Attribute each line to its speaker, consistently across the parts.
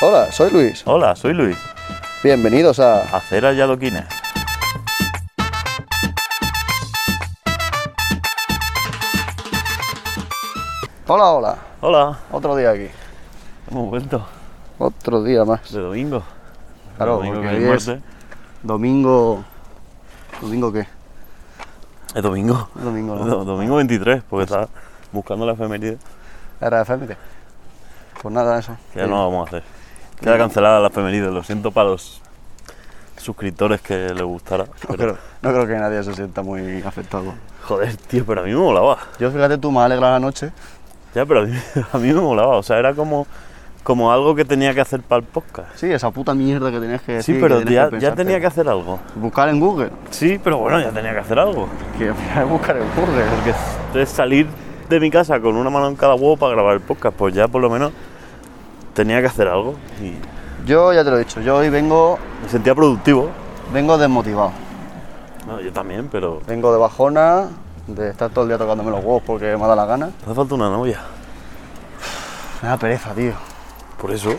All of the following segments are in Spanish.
Speaker 1: Hola, soy Luis.
Speaker 2: Hola, soy Luis.
Speaker 1: Bienvenidos a
Speaker 2: Aceras y adoquines.
Speaker 1: Hola, hola.
Speaker 2: Hola,
Speaker 1: Otro día aquí.
Speaker 2: hemos vuelto
Speaker 1: Otro día más.
Speaker 2: de domingo.
Speaker 1: Claro,
Speaker 2: domingo
Speaker 1: porque
Speaker 2: que es
Speaker 1: hoy es
Speaker 2: muerte.
Speaker 1: domingo. ¿Domingo qué?
Speaker 2: Es domingo.
Speaker 1: Es Domingo, Pues- ¿no?
Speaker 2: Do- domingo 23, porque está buscando la efeméride.
Speaker 1: Era efeméride. Pues nada, eso.
Speaker 2: Que ya no la vamos a hacer. Queda cancelada la efeméride. Lo siento para los suscriptores que les gustara.
Speaker 1: No
Speaker 2: Pero,
Speaker 1: creo, no creo que nadie se sienta muy afectado.
Speaker 2: joder, tío, pero a mí me molaba.
Speaker 1: Yo, fíjate, tú me alegra la noche.
Speaker 2: Ya, pero a mí, a mí me molaba. O sea, era como, como algo que tenía que hacer para el podcast.
Speaker 1: Sí, esa puta mierda que tenías que
Speaker 2: Sí,
Speaker 1: decir.
Speaker 2: pero
Speaker 1: que tenías
Speaker 2: ya,
Speaker 1: que
Speaker 2: ya tenía que
Speaker 1: pensarte.
Speaker 2: hacer algo.
Speaker 1: Buscar en Google.
Speaker 2: Sí, pero bueno, ya tenía que hacer algo.
Speaker 1: Que buscar en Google.
Speaker 2: Porque es salir de mi casa con una mano en cada huevo para grabar el podcast, pues ya por lo menos tenía que hacer algo. Y
Speaker 1: Yo ya te lo he dicho, yo hoy vengo,
Speaker 2: me sentía productivo.
Speaker 1: vengo desmotivado.
Speaker 2: No, yo también, pero
Speaker 1: Vengo de bajona, de estar todo el día tocándome los huevos porque me da la gana.
Speaker 2: hace falta una novia.
Speaker 1: Me da pereza, tío.
Speaker 2: Por eso.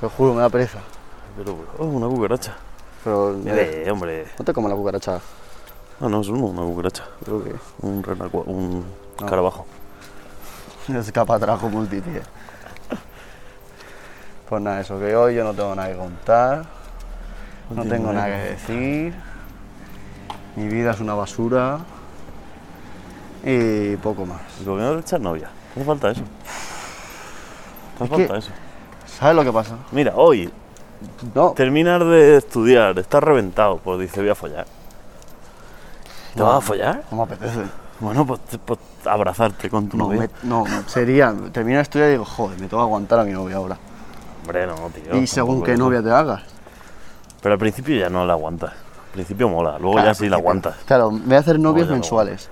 Speaker 1: Te juro, me da pereza.
Speaker 2: Pero, oh, una cucaracha.
Speaker 1: Pero me de-
Speaker 2: Eh, hombre.
Speaker 1: no te comes la cucaracha.
Speaker 2: Ah, no, es uno, una cucaracha.
Speaker 1: Creo que
Speaker 2: Un renacu... un escarabajo.
Speaker 1: es capatrajo multitía. Pues nada, eso que hoy yo no tengo nada que contar, no
Speaker 2: tiene
Speaker 1: tengo nada
Speaker 2: nada
Speaker 1: que decir, mi vida es una basura y poco más.
Speaker 2: Y por qué no le echas novia. Hace falta eso. Hace
Speaker 1: Es
Speaker 2: falta
Speaker 1: que-
Speaker 2: eso.
Speaker 1: ¿Sabes lo que pasa?
Speaker 2: Mira, hoy,
Speaker 1: No,
Speaker 2: terminar de estudiar, estás reventado, pues dice, voy a follar. ¿Te
Speaker 1: No.
Speaker 2: vas a follar?
Speaker 1: no me apetece.
Speaker 2: Bueno, pues, te- pues, abrazarte con tu
Speaker 1: No,
Speaker 2: novia.
Speaker 1: me- no, sería, termina de estudiar y digo, joder, me tengo que aguantar a mi novia ahora.
Speaker 2: Hombre, no, tío.
Speaker 1: y según
Speaker 2: tampoco
Speaker 1: qué
Speaker 2: eso.
Speaker 1: novia te hagas.
Speaker 2: Pero al principio ya no la aguantas. Al principio mola, luego
Speaker 1: Claro,
Speaker 2: ya sí la aguantas.
Speaker 1: Claro, me voy a hacer novias
Speaker 2: ya no.
Speaker 1: mensuales.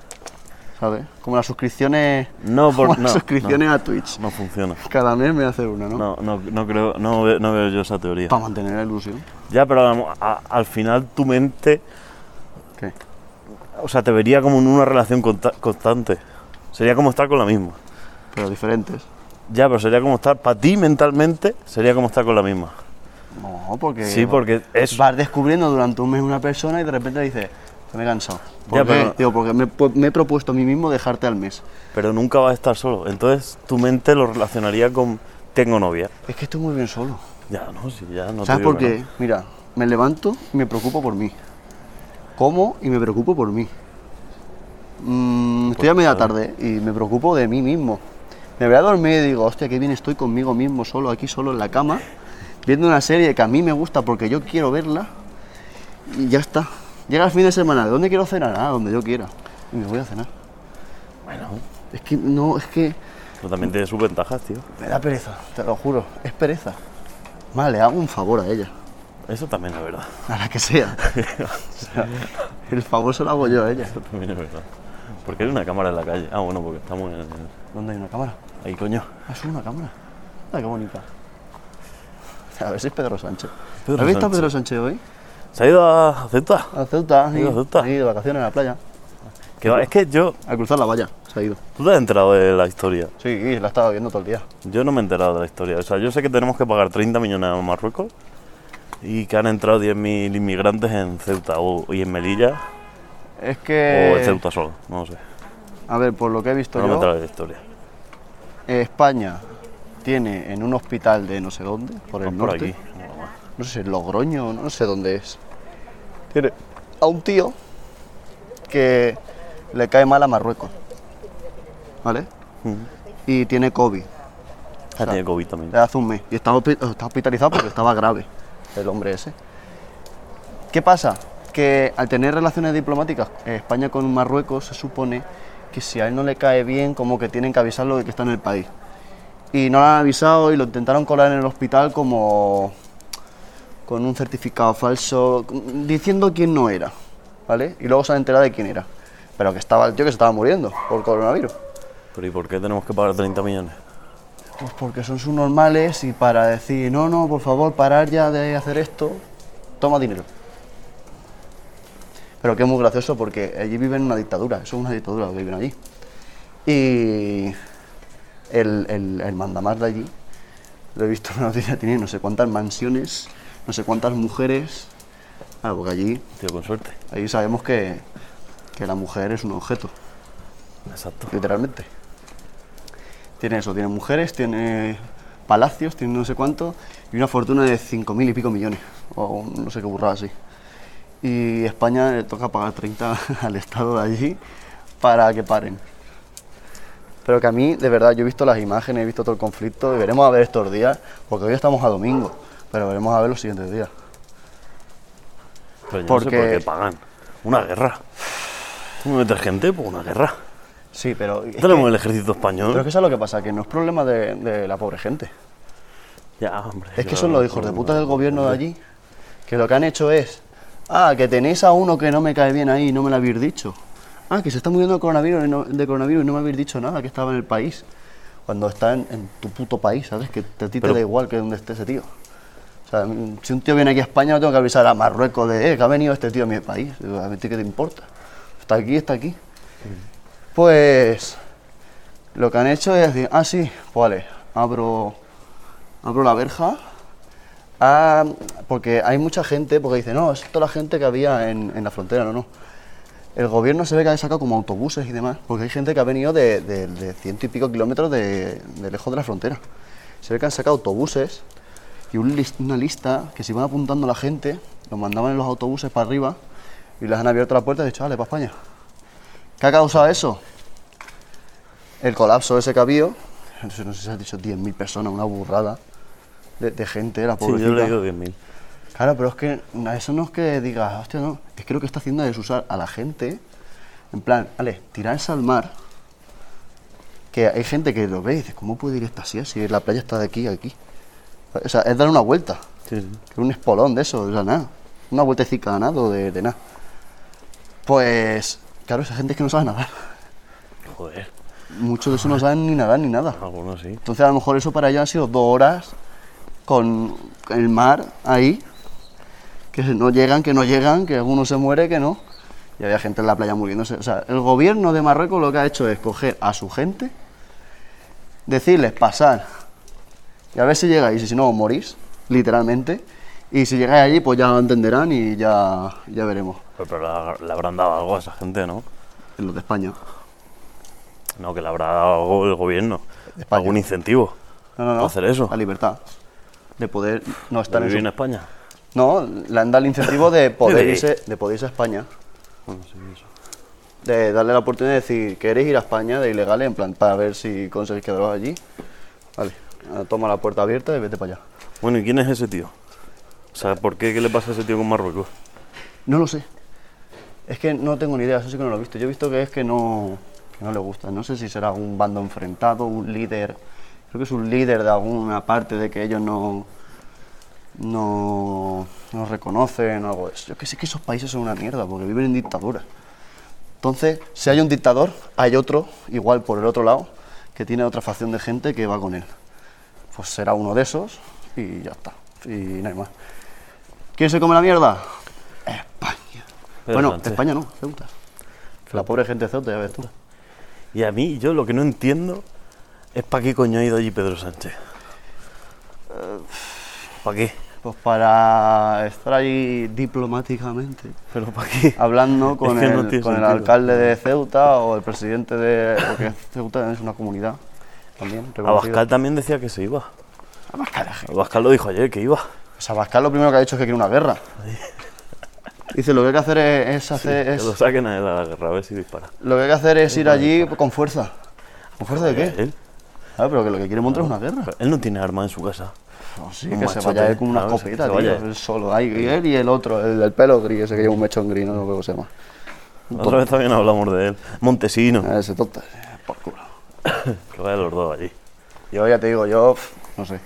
Speaker 1: ¿Sabes? Como las suscripciones.
Speaker 2: No, por-
Speaker 1: como las
Speaker 2: no,
Speaker 1: suscripciones a Twitch.
Speaker 2: No funciona.
Speaker 1: Cada mes me voy a hacer una, ¿no?
Speaker 2: No, no, no creo, no, ve- no veo yo esa teoría.
Speaker 1: Para mantener la ilusión.
Speaker 2: Ya, pero a lo- a- al final tu mente,
Speaker 1: ¿Qué?
Speaker 2: o sea, te vería como en una relación conta- constante. Sería como estar con la misma.
Speaker 1: Pero diferentes.
Speaker 2: Ya, pero sería como estar, para ti mentalmente, sería como estar con la misma.
Speaker 1: No, porque.
Speaker 2: Sí, porque es...
Speaker 1: Vas descubriendo durante un mes una persona y de repente dices, me he cansado. ¿Por
Speaker 2: Ya,
Speaker 1: qué?
Speaker 2: pero-
Speaker 1: Digo, porque me, pu- me he propuesto a mí mismo dejarte al mes.
Speaker 2: Pero nunca vas a estar solo. Entonces tu mente lo relacionaría con tengo novia.
Speaker 1: Es que estoy muy bien solo.
Speaker 2: Ya, no, sí, ya no te
Speaker 1: ¿Sabes
Speaker 2: digo
Speaker 1: por
Speaker 2: que no.
Speaker 1: qué? Mira, me levanto y me preocupo por mí. Como y me preocupo por mí. Mm, estoy a media tarde y me preocupo de mí mismo. Me voy a dormir y digo, hostia, qué bien estoy conmigo mismo, solo aquí, solo en la cama, viendo una serie que a mí me gusta porque yo quiero verla y ya está. Llega el fin de semana, ¿de dónde quiero cenar? Ah, donde yo quiera. Y me voy a cenar.
Speaker 2: Bueno,
Speaker 1: Es que no, es que
Speaker 2: pero también tiene sus ventajas, tío.
Speaker 1: me da pereza, te lo juro, es pereza. Más, le hago un favor a ella.
Speaker 2: Eso también es verdad.
Speaker 1: A la que sea. O sea, el favor se lo hago yo ¿eh? a ella.
Speaker 2: Eso también es verdad. Porque hay una cámara en la calle. Ah, bueno, porque estamos en...
Speaker 1: ¿Dónde hay una cámara?
Speaker 2: Ahí, coño.
Speaker 1: Ah, es una cámara. Ah, qué bonita. A ver si es Pedro Sánchez.
Speaker 2: Pedro
Speaker 1: ¿Has visto a
Speaker 2: Sánchez.
Speaker 1: Pedro Sánchez hoy?
Speaker 2: ¿Se ha ido a Ceuta?
Speaker 1: A Ceuta, ahí,
Speaker 2: ido a Ceuta?
Speaker 1: ahí de vacaciones a la playa.
Speaker 2: Que va, es que yo...
Speaker 1: A cruzar la valla, se ha ido.
Speaker 2: Tú te has enterado de la historia.
Speaker 1: Sí, la estaba viendo todo el día.
Speaker 2: Yo no me he enterado de la historia. O sea, yo sé que tenemos que pagar 30 millones a Marruecos y que han entrado 10.000 inmigrantes en Ceuta o, y en Melilla
Speaker 1: Es
Speaker 2: o en
Speaker 1: que.
Speaker 2: Oh, Ceuta solo. No lo sé.
Speaker 1: A ver, por lo que he visto
Speaker 2: No me he
Speaker 1: yo,
Speaker 2: enterado de la historia.
Speaker 1: eh, España tiene en un hospital de no sé dónde, por el
Speaker 2: Vamos por
Speaker 1: norte.
Speaker 2: aquí.
Speaker 1: no sé, Logroño, no sé dónde es. Tiene a un tío que le cae mal a Marruecos. ¿Vale?
Speaker 2: Ujú.
Speaker 1: Y tiene COVID.
Speaker 2: Ah, tiene COVID también.
Speaker 1: Le hace un mes. Y está, hospi- está hospitalizado porque estaba grave el hombre ese. ¿Qué pasa? Que al tener relaciones diplomáticas eh, España con Marruecos se supone que si a él no le cae bien, como que tienen que avisarlo de que está en el país. Y no lo han avisado y lo intentaron colar en el hospital como con un certificado falso, diciendo quién no era, ¿vale? Y luego se han enterado de quién era. Pero que estaba el tío que se estaba muriendo por coronavirus.
Speaker 2: Pero ¿y por qué tenemos que pagar 30 millones?
Speaker 1: Pues porque son sus normales y para decir, no, no, por favor, parar ya de hacer esto, toma dinero. Pero que es muy gracioso porque allí viven una dictadura, eso es una dictadura lo que viven allí. Y el, el, el mandamás de allí Lo he visto en una noticia, tiene no sé cuántas mansiones, no sé cuántas mujeres. Claro, porque allí,
Speaker 2: Tío, con suerte.
Speaker 1: allí sabemos que, que la mujer es un objeto,
Speaker 2: Exacto.
Speaker 1: literalmente. Tiene eso, tiene mujeres, tiene palacios, tiene no sé cuánto, y una fortuna de cinco mil y pico millones, o no sé qué burrada así. Y España le toca pagar 30 al Estado de allí para que paren. Pero que a mí, de verdad, yo he visto las imágenes, he visto todo el conflicto y veremos a ver estos días, porque hoy estamos a domingo, pero veremos a ver los siguientes días.
Speaker 2: Pero yo
Speaker 1: Porque-
Speaker 2: no sé por qué pagan. Una guerra. Tú me metes gente por una guerra.
Speaker 1: Sí, pero... es
Speaker 2: Tenemos el ejército español.
Speaker 1: Pero es que eso es lo que pasa, que no es problema de, de la pobre gente.
Speaker 2: Ya, hombre.
Speaker 1: Es que
Speaker 2: yo-
Speaker 1: son los hijos de puta del gobierno de allí, que lo que han hecho es, ah, que tenéis a uno que no me cae bien ahí y no me lo habéis dicho. Ah, que se está muriendo de coronavirus, y no- de coronavirus y no me habéis dicho nada, que estaba en el país. Cuando está en, en tu puto país, ¿sabes? Que a ti te
Speaker 2: Pero-
Speaker 1: da igual que donde esté ese tío. O sea, mm, si un tío viene aquí a España, no tengo que avisar a Marruecos de, eh, que ha venido este tío a mi país. Digo, A ti qué te importa. Está aquí, está aquí. Pues lo que han hecho es decir, ah, sí, pues vale, abro, abro la verja. Ah, porque hay mucha gente, porque dice, no, es toda la gente que había en, en la frontera, no, no. El gobierno se ve que ha sacado como autobuses y demás, porque hay gente que ha venido de, de- de ciento y pico kilómetros de, de lejos de la frontera. Se ve que han sacado autobuses y un lis- una lista que se iban apuntando la gente, los mandaban en los autobuses para arriba y les han abierto la puerta y han dicho, vale, para España. ¿Qué ha causado eso? El colapso de ese cabillo. Entonces, no sé si has dicho 10.000 personas, una burrada de, de gente, la
Speaker 2: Sí,
Speaker 1: pobrecita.
Speaker 2: yo le digo 10.000.
Speaker 1: Claro, pero es que na- eso no es que digas, hostia, no, es que lo que está haciendo es usar a la gente, en plan, vale, tirarse al mar, que hay gente que lo ve y dice, ¿cómo puede ir esta así si la playa está de aquí a aquí? O sea, es dar una vuelta,
Speaker 2: Sí, sí.
Speaker 1: que un espolón de eso, o sea, nada, una vueltecica a nado de, de nada. Pues, claro, esa gente es que no sabe nadar,
Speaker 2: Joder.
Speaker 1: muchos de esos no saben ni nadar ni nada.
Speaker 2: Algunos sí.
Speaker 1: Entonces a lo mejor eso para ellos han sido dos horas con el mar ahí, que no llegan, que no llegan, que alguno se muere, que no. Y había gente en la playa muriéndose. O sea, el gobierno de Marruecos lo que ha hecho es coger a su gente, decirles pasar y a ver si llegáis y si no os morís, literalmente. Y si llegáis allí pues ya lo entenderán y ya, ya veremos.
Speaker 2: Pero, pero le- le habrán dado algo a esa gente, ¿no?
Speaker 1: En los de España.
Speaker 2: No, que le habrá dado algo el gobierno.
Speaker 1: España.
Speaker 2: Algún incentivo.
Speaker 1: No, no, no.
Speaker 2: Para hacer eso.
Speaker 1: La libertad. De poder no
Speaker 2: De
Speaker 1: estar en
Speaker 2: vivir
Speaker 1: su
Speaker 2: en España.
Speaker 1: No, le han dado el incentivo de poder
Speaker 2: Sí.
Speaker 1: irse, de poder irse a España.
Speaker 2: Bueno, sí, eso.
Speaker 1: De darle la oportunidad de decir, ¿queréis ir a España de ilegales? En plan, para ver si conseguís quedaros allí. Vale, ahora toma la puerta abierta y vete para allá.
Speaker 2: Bueno, ¿y quién es ese tío? O sea, ¿por qué? ¿Qué le pasa a ese tío con Marruecos?
Speaker 1: No lo sé. Es que no tengo ni idea, eso sí que no lo he visto. Yo he visto que es que no, que no le gusta. No sé si será un bando enfrentado, un líder. Creo que es un líder de alguna parte de que ellos no. no. no reconocen o algo de eso. Yo que sé que esos países son una mierda porque viven en dictaduras. Entonces, si hay un dictador, hay otro, igual por el otro lado, que tiene otra facción de gente que va con él. Pues será uno de esos y ya está. Y no hay más. ¿Quién se come la mierda? España.
Speaker 2: Pedro
Speaker 1: bueno,
Speaker 2: Sánchez.
Speaker 1: España no, Ceuta. La pobre gente de Ceuta, ya ves tú.
Speaker 2: Y a mí, yo lo que no entiendo es para qué coño ha ido allí Pedro Sánchez. ¿Para qué?
Speaker 1: Pues para estar allí diplomáticamente,
Speaker 2: ¿Pero para qué?
Speaker 1: Ah, hablando con,
Speaker 2: que no
Speaker 1: el,
Speaker 2: tiene
Speaker 1: con el
Speaker 2: sentido.
Speaker 1: alcalde de Ceuta o el presidente de... Porque Ceuta es una comunidad también. reconocida.
Speaker 2: Abascal también decía que se iba.
Speaker 1: Abascal. ajá.
Speaker 2: Abascal lo dijo ayer que iba.
Speaker 1: Pues Abascal lo primero que ha dicho es que quiere una guerra. Dice, lo que hay que hacer es, es hacer...
Speaker 2: Que
Speaker 1: es-
Speaker 2: lo saquen a él a la guerra, a ver si dispara.
Speaker 1: lo que hay que hacer es ir allí con fuerza. ¿Con fuerza de qué?
Speaker 2: Él,
Speaker 1: Ah, pero que lo que quiere montar es una guerra.
Speaker 2: él no tiene arma en su casa.
Speaker 1: No, Pues sí,
Speaker 2: Un
Speaker 1: que se
Speaker 2: machote,
Speaker 1: vaya él con una
Speaker 2: claro, que se
Speaker 1: escopeta, tío.
Speaker 2: vaya él.
Speaker 1: Él solo. Hay él y el otro, el del pelo gris, ese que lleva un mechón gris, no sé cómo se llama.
Speaker 2: Otra vez también hablamos de él. Montesino.
Speaker 1: A Ese tonto, eh, por culo.
Speaker 2: Que vaya los dos allí.
Speaker 1: Yo ya te digo, yo, pf, no sé.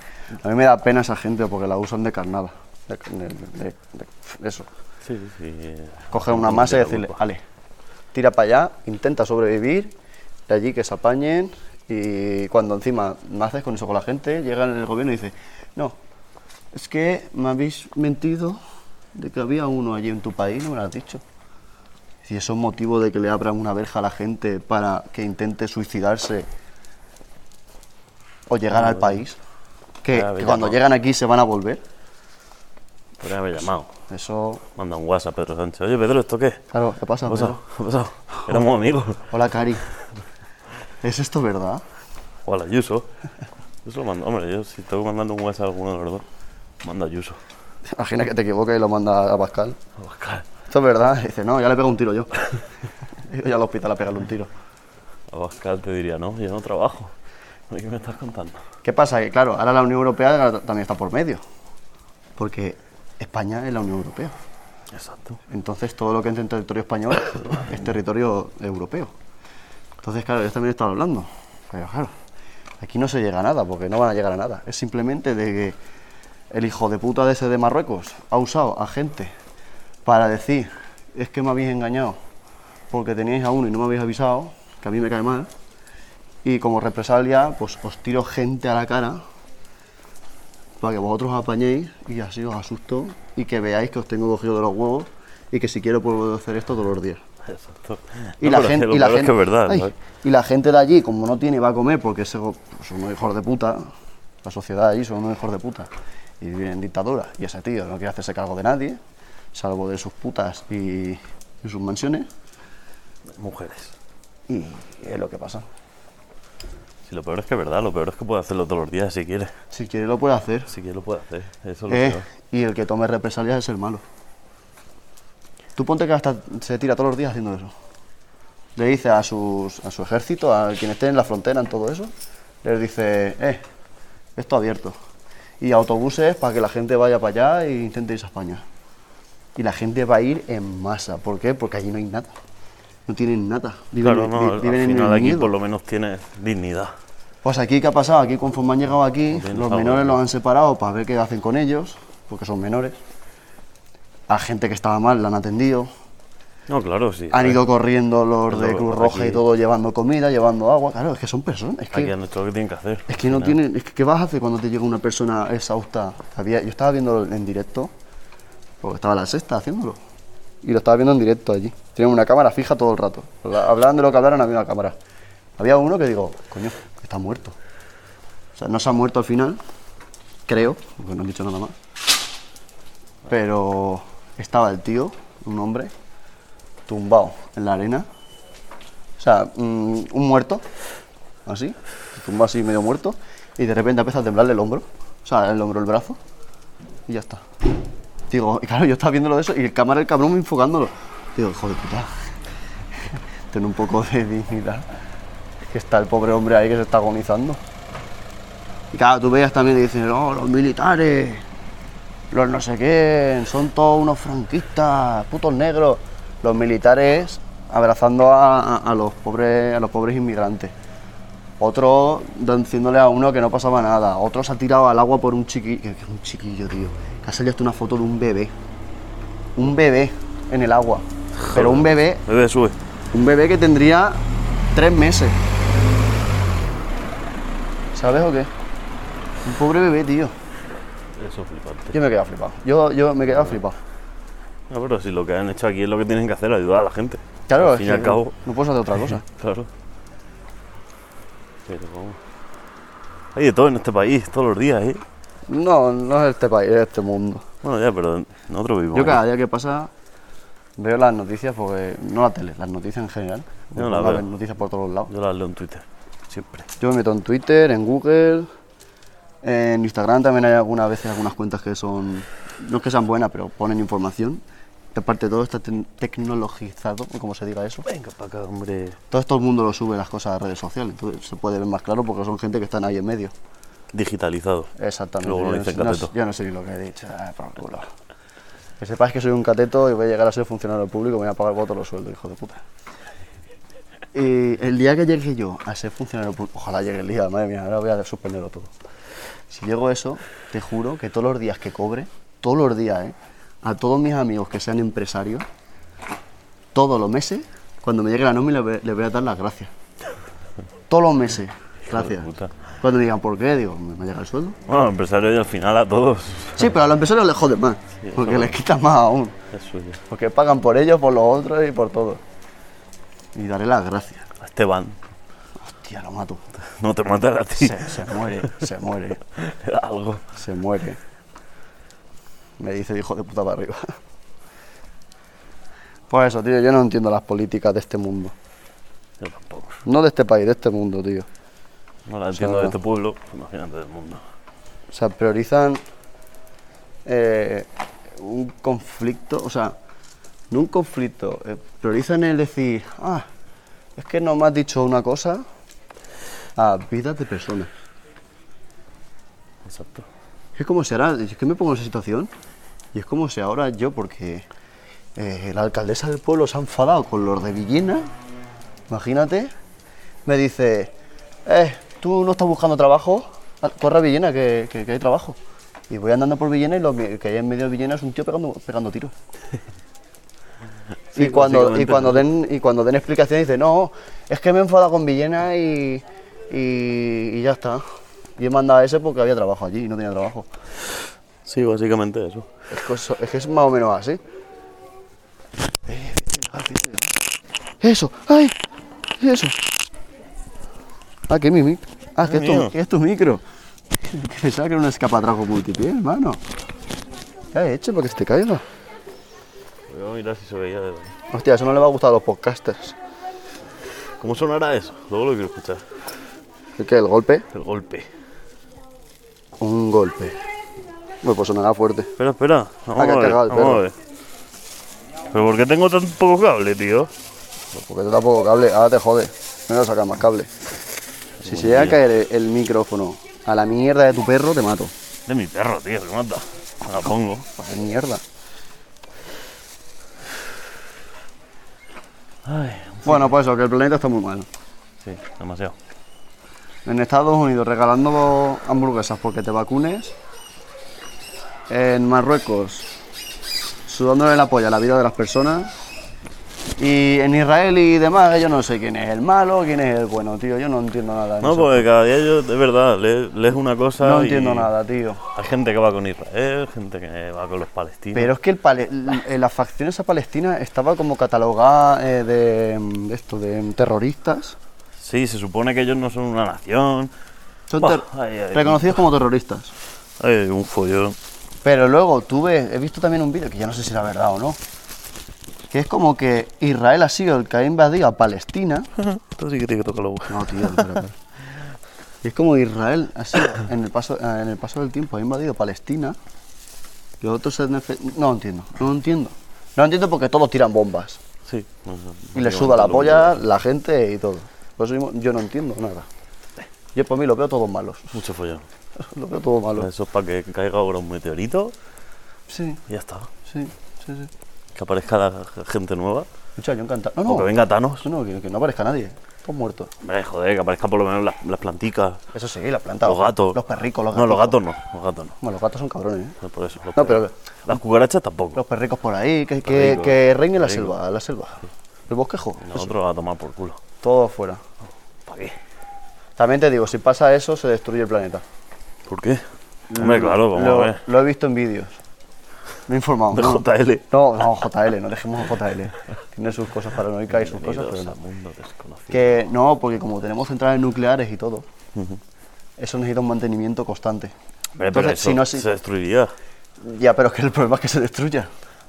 Speaker 1: A mí me da pena esa gente porque la usan de carnada. De, de- de- de- de eso.
Speaker 2: Sí, sí.
Speaker 1: Coger una masa y decirle, vale, tira para allá, intenta sobrevivir, de allí que se apañen. Y cuando encima no haces con eso con la gente, llega el gobierno y dice, no, es que me habéis mentido de que había uno allí en tu país, no me lo has dicho. Si eso es motivo de que le abran una verja a la gente para que intente suicidarse o llegar al país, que,
Speaker 2: Ah,
Speaker 1: que
Speaker 2: ya,
Speaker 1: cuando
Speaker 2: no.
Speaker 1: llegan aquí se van a volver.
Speaker 2: Podría haber llamado.
Speaker 1: Eso,
Speaker 2: Manda un WhatsApp a Pedro Sánchez. Oye, Pedro, ¿esto qué? ¿Qué
Speaker 1: claro, ¿qué pasa?
Speaker 2: ha pasado?
Speaker 1: Pedro?
Speaker 2: ¿Qué ha pasado? Éramos amigos.
Speaker 1: Hola, Cari. ¿Es esto verdad?
Speaker 2: O al Ayuso. Yo se lo mando. Hombre, yo si tengo que mandarle un WhatsApp a alguno de los dos, mando a Ayuso.
Speaker 1: Imagina que te equivocas y lo manda a Pascal.
Speaker 2: A Pascal.
Speaker 1: Esto es verdad. Y dice, no, ya le pego un tiro yo. He ido ya al hospital a pegarle un tiro.
Speaker 2: A Pascal te diría, no, yo no trabajo. ¿De qué me estás contando?
Speaker 1: ¿Qué pasa? Que claro, ahora la Unión Europea también está por medio. Porque España es la Unión Europea.
Speaker 2: Exacto.
Speaker 1: Entonces todo lo que entra en territorio español es territorio europeo. Entonces, claro, ellos también están hablando. Pero claro, aquí no se llega a nada, porque no van a llegar a nada. Es simplemente de que el hijo de puta de ese de Marruecos ha usado a gente para decir, es que me habéis engañado porque teníais a uno y no me habéis avisado, que a mí me cae mal. Y como represalia, pues os tiro gente a la cara para que vosotros os apañéis y así os asusto y que veáis que os tengo cogido de los huevos y que si quiero puedo hacer esto todos los días.
Speaker 2: Exacto.
Speaker 1: Y
Speaker 2: No,
Speaker 1: la
Speaker 2: pero
Speaker 1: gente,
Speaker 2: lo
Speaker 1: y la
Speaker 2: peor es
Speaker 1: gente,
Speaker 2: que es verdad.
Speaker 1: ay,
Speaker 2: ¿sabes?
Speaker 1: y la gente de allí, como no tiene y va a comer porque es uno hijos de puta, la sociedad allí son unos hijos de puta y viven en dictadura. Y ese tío no quiere hacerse cargo de nadie, salvo de sus putas y, y sus mansiones.
Speaker 2: Mujeres.
Speaker 1: Y es lo que pasa.
Speaker 2: Si lo peor es que es verdad, lo peor es que puede hacerlo todos los días si quiere.
Speaker 1: Si quiere lo puede hacer.
Speaker 2: Si quiere lo puede hacer. Eso es lo
Speaker 1: Eh,
Speaker 2: peor.
Speaker 1: y el que tome represalias es el malo. Tú ponte que hasta se tira todos los días haciendo eso. Le dice a, sus, a su ejército, a quien esté en la frontera, en todo eso, les dice, eh, esto abierto. Y autobuses para que la gente vaya para allá e intente irse a España. Y la gente va a ir en masa. ¿Por qué? Porque allí no hay nada. No tienen nada. Viven,
Speaker 2: Claro,
Speaker 1: en-
Speaker 2: no,
Speaker 1: vi-
Speaker 2: al-
Speaker 1: viven
Speaker 2: al
Speaker 1: en el
Speaker 2: final aquí
Speaker 1: miedo.
Speaker 2: por lo menos tiene dignidad.
Speaker 1: Pues aquí, ¿qué ha pasado? Aquí, conforme han llegado aquí,
Speaker 2: Bien,
Speaker 1: los
Speaker 2: está
Speaker 1: menores
Speaker 2: bueno.
Speaker 1: los han separado para ver qué hacen con ellos, porque son menores. A gente que estaba mal la han atendido.
Speaker 2: No, claro, sí.
Speaker 1: Han
Speaker 2: ¿sabes?
Speaker 1: ido corriendo los
Speaker 2: Es
Speaker 1: de
Speaker 2: lo-
Speaker 1: Cruz Roja y
Speaker 2: aquí-
Speaker 1: todo, llevando comida, llevando agua. Claro, es que son personas. Es
Speaker 2: Aquí
Speaker 1: que,
Speaker 2: han hecho lo que tienen que hacer.
Speaker 1: es que no tienen. Es que, ¿Qué vas a hacer cuando te llega una persona exhausta? Había- yo estaba viendo en directo, porque estaba la sexta haciéndolo. Y lo estaba viendo en directo allí. Tenían una cámara fija todo el rato. Hablaban de lo que hablaron, había una cámara. Había uno que digo, coño, está muerto. O sea, no se ha muerto al final, creo, porque no han dicho nada más. Pero estaba el tío, un hombre, tumbado en la arena. O sea, mm, un muerto, así, tumbado así medio muerto, y de repente empieza a temblarle el hombro, o sea, el hombro, el brazo, y ya está. Digo, y claro, yo estaba viéndolo de eso y el cámara, el cabrón, enfocándolo. Digo, hijo de puta, ten un poco de dignidad. Es que está el pobre hombre ahí que se está agonizando. Y claro, tú veías también y dices, no, los militares, los no sé qué, son todos unos franquistas, putos negros. Los militares abrazando a, a- a los, pobres, a los pobres inmigrantes. Otro diciéndole a uno que no pasaba nada. Otro se ha tirado al agua por un chiquillo. Que, que un chiquillo, tío. Que ha salido hasta una foto de un bebé. Un bebé en el agua. Pero un bebé
Speaker 2: Bebé, sube.
Speaker 1: un bebé que tendría tres meses. ¿Sabes o qué? Un pobre bebé, tío.
Speaker 2: Eso es flipante.
Speaker 1: Yo me he quedado flipado. Yo, yo me he quedado flipado.
Speaker 2: No, pero si lo que han hecho aquí es lo que tienen que hacer, ayudar a la gente.
Speaker 1: Claro,
Speaker 2: al
Speaker 1: es
Speaker 2: fin y
Speaker 1: que
Speaker 2: al cabo.
Speaker 1: no puedes hacer otra cosa.
Speaker 2: Claro. Pero vamos. Hay de todo en este país, todos los días, ¿eh?
Speaker 1: No, no es este país, es este mundo.
Speaker 2: Bueno, ya, pero nosotros vivimos.
Speaker 1: Yo cada
Speaker 2: aquí.
Speaker 1: día que pasa veo las noticias porque no la tele, las noticias en general.
Speaker 2: Yo
Speaker 1: Me pongo
Speaker 2: la
Speaker 1: a
Speaker 2: veo.
Speaker 1: ver noticias por todos lados.
Speaker 2: Yo las leo en Twitter, siempre.
Speaker 1: Yo me meto en Twitter, en Google, en Instagram también hay algunas veces algunas cuentas que son, no es que sean buenas, pero ponen información. Y aparte todo está tec- tecnologizado, o como se diga eso.
Speaker 2: Venga para acá, hombre.
Speaker 1: Todo esto el mundo lo sube las cosas a redes sociales, entonces se puede ver más claro porque son gente que están ahí en medio.
Speaker 2: Digitalizado.
Speaker 1: Exactamente.
Speaker 2: Luego lo
Speaker 1: yo, no
Speaker 2: dice
Speaker 1: sé- no,
Speaker 2: cateto.
Speaker 1: sé- yo no sé ni lo que he dicho, ah, por culo. Que sepáis que soy un cateto y voy a llegar a ser funcionario público, me voy a pagar votos los sueldos, hijo de puta. Y el día que llegue yo a ser funcionario público, ojalá llegue el día, madre mía, ahora voy a suspenderlo todo. Si llego a eso, te juro que todos los días que cobre, todos los días, ¿eh? a todos mis amigos que sean empresarios, todos los meses, cuando me llegue la nómina, le les voy a dar las gracias. Todos los meses, gracias.
Speaker 2: puta.
Speaker 1: Cuando me digan por qué, digo, me llega el sueldo.
Speaker 2: Bueno, empresario y al final a todos.
Speaker 1: Sí, pero a los empresarios les jode más, porque les quita más aún,
Speaker 2: Es suyo.
Speaker 1: porque pagan por ellos, por los otros y por todo. Y daré las gracias.
Speaker 2: A Esteban.
Speaker 1: Hostia, lo mato.
Speaker 2: No te matará a ti.
Speaker 1: Se, se muere, se muere,
Speaker 2: Algo.
Speaker 1: se muere. Me dice el hijo de puta para arriba. Pues eso, tío, yo no entiendo las políticas de este mundo.
Speaker 2: Yo tampoco.
Speaker 1: No de este país, de este mundo, tío.
Speaker 2: No la entiendo
Speaker 1: sea,
Speaker 2: de este pueblo, imagínate del mundo.
Speaker 1: O sea, priorizan eh, un conflicto, o sea, no un conflicto, eh, priorizan el decir, ah, es que no me has dicho una cosa a vidas de personas.
Speaker 2: Exacto.
Speaker 1: Es como si ahora, es que me pongo en esa situación y es como si ahora yo, porque eh, la alcaldesa del pueblo se ha enfadado con los de Villena, imagínate, me dice, eh, tú no estás buscando trabajo, Ah, corre a Villena que, que- que hay trabajo. Y voy andando por Villena y lo que hay en medio de Villena es un tío pegando, pegando tiros.
Speaker 2: Sí,
Speaker 1: y, cuando, y,
Speaker 2: básicamente.
Speaker 1: cuando den, y cuando den explicaciones dice, no, es que me he enfadado con Villena y, y, y ya está. Y he mandado a ese porque había trabajo allí y no tenía trabajo.
Speaker 2: Sí, básicamente eso.
Speaker 1: Es que, eso- es que es más o menos así. Eso, ay, eso. Ah, que es mi micro. Ah, que es,
Speaker 2: mío.
Speaker 1: tu, que es tu micro. Que pensaba que era un escapatrajo multipiel, hermano. ¿Qué has hecho para que se te caiga?
Speaker 2: Voy a mirar si se veía de verdad.
Speaker 1: Hostia, eso no le va a gustar a los podcasters.
Speaker 2: ¿Cómo sonará eso? Luego lo quiero escuchar.
Speaker 1: ¿El qué? ¿El golpe?
Speaker 2: El golpe.
Speaker 1: Un golpe. Bueno, pues sonará fuerte.
Speaker 2: Espera, espera. Vamos
Speaker 1: Ah, que
Speaker 2: a
Speaker 1: ha
Speaker 2: ver.
Speaker 1: cagado el
Speaker 2: Vamos a ver. ¿Pero por qué tengo tan poco cable, tío?
Speaker 1: Porque tú tampoco cable, ahora te jode. No voy a sacar más cable. Si se llega a caer el- el micrófono a la mierda de tu perro, te mato.
Speaker 2: De mi perro, tío, que mata. Me la pongo.
Speaker 1: Pues es mierda.
Speaker 2: Ay,
Speaker 1: Bueno, pues eso, que el planeta está muy mal.
Speaker 2: sí, demasiado.
Speaker 1: En Estados Unidos regalando hamburguesas porque te vacunes. En Marruecos sudándole la polla a la vida de las personas. Y en Israel y demás, yo no sé quién es el malo, quién es el bueno, tío. Yo no entiendo nada. de
Speaker 2: No, pues,
Speaker 1: eso.
Speaker 2: porque cada día yo, de verdad, le- lees una cosa.
Speaker 1: no
Speaker 2: y
Speaker 1: entiendo nada, tío.
Speaker 2: Hay gente que va con Israel, gente que va con los palestinos.
Speaker 1: Pero es que el pale- eh, l- la facción esa palestina estaba como catalogada eh, de, mm, de esto, de mm, terroristas.
Speaker 2: Sí, se supone que ellos no son una nación.
Speaker 1: Son
Speaker 2: Buah,
Speaker 1: ter-
Speaker 2: ay, ay,
Speaker 1: reconocidos como terroristas.
Speaker 2: Ay, un follón.
Speaker 1: Pero luego tuve, he visto también un vídeo que ya no sé si era verdad o no, que es como que Israel ha sido el que ha invadido a Palestina.
Speaker 2: Esto sí que tiene que tocar los huevos.
Speaker 1: No, tío, espera, espera. Y es como Israel ha sido, en el paso, eh, en el paso del tiempo ha invadido Palestina. Y otros se han efe- no entiendo, no entiendo. No entiendo porque todos tiran bombas.
Speaker 2: Sí. no sé,
Speaker 1: Y
Speaker 2: no
Speaker 1: le
Speaker 2: sé
Speaker 1: suda la
Speaker 2: cuánto lo-
Speaker 1: polla, la gente y todo. Por eso mismo yo no entiendo nada. Yo por mí lo veo todos malos.
Speaker 2: Mucho follón.
Speaker 1: Lo veo todos malos.
Speaker 2: Eso es para que caiga ahora un meteorito
Speaker 1: Sí,
Speaker 2: y ya está.
Speaker 1: sí, sí, sí.
Speaker 2: Que aparezca la gente nueva.
Speaker 1: Escucha, yo encantado. No,
Speaker 2: O que
Speaker 1: no.
Speaker 2: venga Thanos.
Speaker 1: No, que, que no aparezca nadie. Todos muertos.
Speaker 2: Hombre, joder, que aparezcan por lo menos las, las planticas.
Speaker 1: Eso sí, la planta.
Speaker 2: los gatos.
Speaker 1: Los perricos, los
Speaker 2: No,
Speaker 1: gatos.
Speaker 2: los gatos no. Los gatos no.
Speaker 1: Bueno, los gatos son cabrones, ¿eh?
Speaker 2: No, Por eso, los
Speaker 1: No,
Speaker 2: perros.
Speaker 1: pero-
Speaker 2: Las cucarachas tampoco.
Speaker 1: Los perricos por ahí, que, que-
Speaker 2: Perricos,
Speaker 1: que reine la
Speaker 2: perricos.
Speaker 1: selva, la selva. El bosquejo.
Speaker 2: Nosotros a tomar por culo.
Speaker 1: Todo fuera.
Speaker 2: ¿Para qué?
Speaker 1: También te digo, si pasa eso, se destruye el planeta.
Speaker 2: ¿Por qué? Hombre, claro, vamos
Speaker 1: lo,
Speaker 2: a ver.
Speaker 1: Lo he visto en vídeos. Me he informado.
Speaker 2: De
Speaker 1: ¿no?
Speaker 2: JL.
Speaker 1: No, no, JL, no dejemos a JL. Tiene sus cosas paranoicas y sus cosas, pero
Speaker 2: Bienvenidos
Speaker 1: no.
Speaker 2: al mundo desconocido.
Speaker 1: Que no, porque como tenemos centrales nucleares y todo, eso necesita un mantenimiento constante.
Speaker 2: Hombre, pero
Speaker 1: Entonces,
Speaker 2: eso
Speaker 1: si no, si-
Speaker 2: se destruiría.
Speaker 1: Ya, pero es que el problema es que se destruya.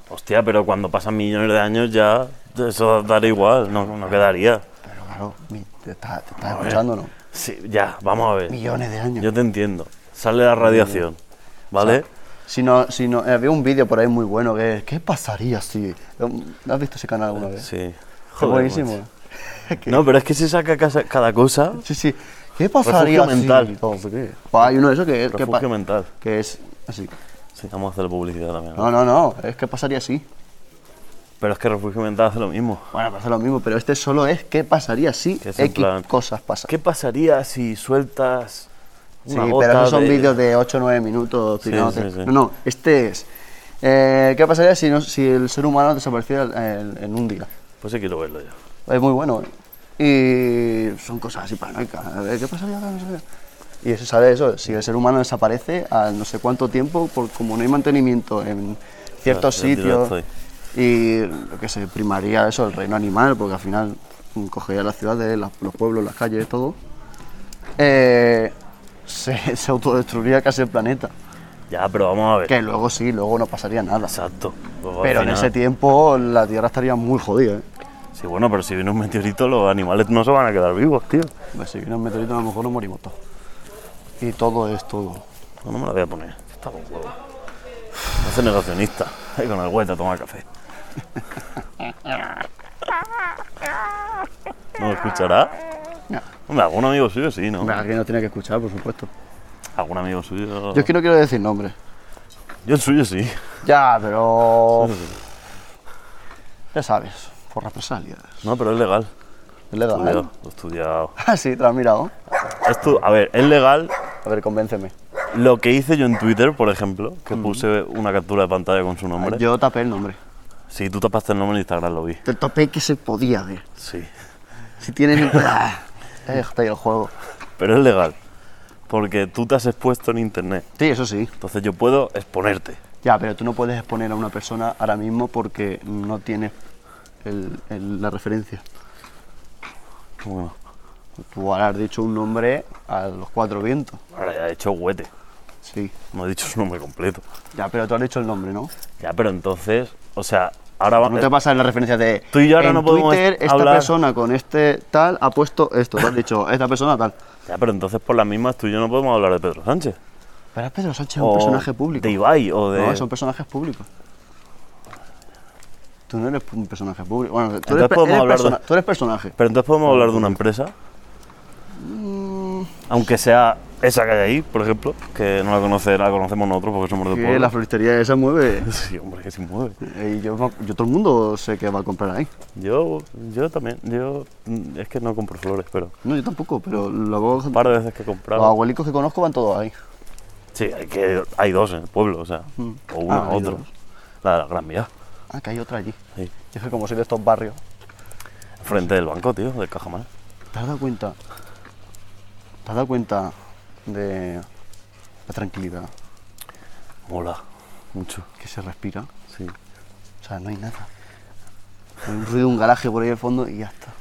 Speaker 2: Hostia, pero cuando pasan millones de años ya eso dará igual, no, no quedaría.
Speaker 1: Pero claro, mi- te estás te estás escuchando, ¿no?
Speaker 2: Sí, ya, vamos a ver.
Speaker 1: Millones de años.
Speaker 2: Yo te entiendo. Sale la radiación, ¿vale?
Speaker 1: Si no, si no, eh, había un vídeo por ahí muy bueno que es, ¿qué pasaría si? ¿Has visto ese canal alguna vez?
Speaker 2: Sí.
Speaker 1: Es buenísimo.
Speaker 2: macho. No, pero es que se saca casa- cada cosa.
Speaker 1: Sí, sí. ¿Qué pasaría
Speaker 2: Refugio
Speaker 1: si?
Speaker 2: mental.
Speaker 1: No sé qué. Pa, hay uno de esos que es que, pa-
Speaker 2: Refugio mental.
Speaker 1: que es así.
Speaker 2: Sí, vamos a hacer publicidad también. ¿no?
Speaker 1: No, no, no. Es que pasaría así.
Speaker 2: Pero es que refugio mental hace lo mismo.
Speaker 1: Bueno, pasa lo mismo, pero este solo es qué pasaría si
Speaker 2: Que es en
Speaker 1: X
Speaker 2: plan-
Speaker 1: cosas pasan.
Speaker 2: ¿Qué pasaría si sueltas
Speaker 1: Sí,
Speaker 2: una
Speaker 1: pero
Speaker 2: gota
Speaker 1: esos son
Speaker 2: de-
Speaker 1: vídeos de 8 o 9 minutos.
Speaker 2: Sí,
Speaker 1: tirándote.
Speaker 2: sí, sí.
Speaker 1: No, no, este es. eh, ¿Qué pasaría si, no- si el ser humano desapareciera eh, en- en un día?
Speaker 2: Pues sí quiero verlo yo.
Speaker 1: Es muy bueno. ¿eh? Y son cosas así paranoicas. A ver, ¿qué pasaría? acá? No sé qué. Y eso sale eso. Si el ser humano desaparece a no sé cuánto tiempo, por, como no hay mantenimiento en ciertos
Speaker 2: Ya, ya entiendo,
Speaker 1: sitios, y lo que se primaría eso, el reino animal, porque al final mm, cogería las ciudades, las- los pueblos, las calles, todo. eh, se, se autodestruiría casi el planeta.
Speaker 2: Ya, pero vamos a ver.
Speaker 1: Que luego sí, luego no pasaría nada.
Speaker 2: Exacto. Luego, Pues al
Speaker 1: Pero en
Speaker 2: final-
Speaker 1: ese tiempo la Tierra estaría muy jodida, ¿eh?
Speaker 2: Sí, bueno, pero si viene un meteorito, los animales no se van a quedar vivos, tío.
Speaker 1: Pues si viene un meteorito a lo mejor nos morimos todos. Y todo es todo.
Speaker 2: No, no me la voy a poner. Está con huevo. No hace negacionista. Ahí con el hueta toma café. ¿No lo escuchará?
Speaker 1: No.
Speaker 2: Hombre, algún amigo suyo sí, ¿no?
Speaker 1: Hombre, Alguien nos tiene que escuchar, por supuesto.
Speaker 2: Algún amigo suyo.
Speaker 1: Yo es que no quiero decir nombres.
Speaker 2: Yo el suyo sí.
Speaker 1: Ya, pero. Ya sabes, por represalias.
Speaker 2: No, pero es legal.
Speaker 1: Es legal,
Speaker 2: Estudiado,
Speaker 1: ¿eh?
Speaker 2: Lo he estudiado.
Speaker 1: Ah, sí, te lo has mirado.
Speaker 2: Estu- a ver, es legal
Speaker 1: A ver, convénceme.
Speaker 2: lo que hice yo en Twitter, por ejemplo, que puse una captura de pantalla con su nombre.
Speaker 1: Yo tapé el nombre.
Speaker 2: Sí, tú tapaste el nombre en Instagram, lo vi.
Speaker 1: Te topé que se podía ver.
Speaker 2: Sí.
Speaker 1: Si tienes. Ah, eh, está ahí el juego.
Speaker 2: Pero es legal. Porque tú te has expuesto en internet.
Speaker 1: Sí, eso sí.
Speaker 2: Entonces yo puedo exponerte.
Speaker 1: Ya, pero tú no puedes exponer a una persona ahora mismo porque no tienes el- el- la referencia.
Speaker 2: Bueno,
Speaker 1: Tú ahora has dicho un nombre a los cuatro vientos.
Speaker 2: ahora ya he hecho huete.
Speaker 1: Sí.
Speaker 2: No he dicho su nombre completo.
Speaker 1: Ya, pero tú has dicho el nombre, ¿no?
Speaker 2: Ya, pero entonces, o sea, ahora va-
Speaker 1: No te pasa en la referencia de.
Speaker 2: Tú y yo ahora
Speaker 1: en
Speaker 2: no podemos
Speaker 1: Twitter, esta
Speaker 2: hablar".
Speaker 1: persona con este tal ha puesto esto. Tú has dicho, esta persona tal.
Speaker 2: Ya, pero entonces por las mismas tú y yo no podemos hablar de Pedro Sánchez.
Speaker 1: Pero es Pedro Sánchez es
Speaker 2: O
Speaker 1: un personaje público.
Speaker 2: De Ibai o de.
Speaker 1: No, son personajes públicos. Tú no eres un personaje público. Bueno, tú
Speaker 2: Entonces
Speaker 1: eres, pe-
Speaker 2: podemos
Speaker 1: eres
Speaker 2: hablar de-
Speaker 1: persona- tú eres personaje.
Speaker 2: Pero entonces podemos hablar de una empresa.
Speaker 1: Mm.
Speaker 2: Aunque sea esa que hay ahí, por ejemplo, que no la conoce, la conocemos nosotros porque somos de
Speaker 1: Que
Speaker 2: pueblo.
Speaker 1: la floristería esa mueve.
Speaker 2: Sí, hombre, que se mueve.
Speaker 1: Y yo, me- yo todo el mundo sé que va a comprar ahí.
Speaker 2: Yo, yo también, yo mm, es que no compro flores, pero
Speaker 1: No, yo tampoco, pero luego
Speaker 2: un par de veces que he
Speaker 1: los
Speaker 2: comprado.
Speaker 1: abuelicos que conozco van todos ahí.
Speaker 2: Sí, hay, que, hay dos en el pueblo, o sea, o uno
Speaker 1: Ah,
Speaker 2: o
Speaker 1: hay
Speaker 2: otro.
Speaker 1: dos.
Speaker 2: La de la Gran Vía,
Speaker 1: Ah, que hay otra allí.
Speaker 2: ahí,
Speaker 1: Yo que como soy de estos barrios.
Speaker 2: frente del banco, tío, del Cajamar.
Speaker 1: ¿Te has dado cuenta? ¿Te has dado cuenta de la tranquilidad
Speaker 2: Mola, mucho,
Speaker 1: que se respira?
Speaker 2: sí.
Speaker 1: O sea, no hay nada. Hay un ruido, un garaje por ahí al fondo y ya está.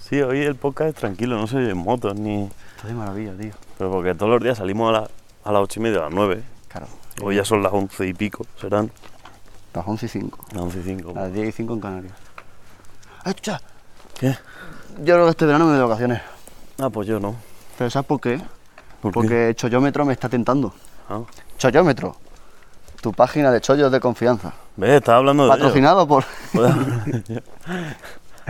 Speaker 2: Sí, hoy el podcast es tranquilo, no se oyen motos ni...
Speaker 1: Está de maravilla, tío.
Speaker 2: Pero porque todos los días salimos a, la- a las ocho y media, a las nueve.
Speaker 1: Claro.
Speaker 2: Hoy ya son las once y pico, serán
Speaker 1: Las 11 y 5.
Speaker 2: las once y cinco.
Speaker 1: Las 10 y 5 en Canarias. ¡Echa!
Speaker 2: ¿Qué?
Speaker 1: Yo creo que este verano me voy de vacaciones.
Speaker 2: Ah, pues yo no.
Speaker 1: ¿Pero sabes por qué?
Speaker 2: ¿Por qué?
Speaker 1: Porque Chollómetro me está tentando.
Speaker 2: Ah.
Speaker 1: Chollómetro. Tu página de chollos de confianza.
Speaker 2: ¿Ves? Estaba hablando de ello.
Speaker 1: Patrocinado por...
Speaker 2: Joder,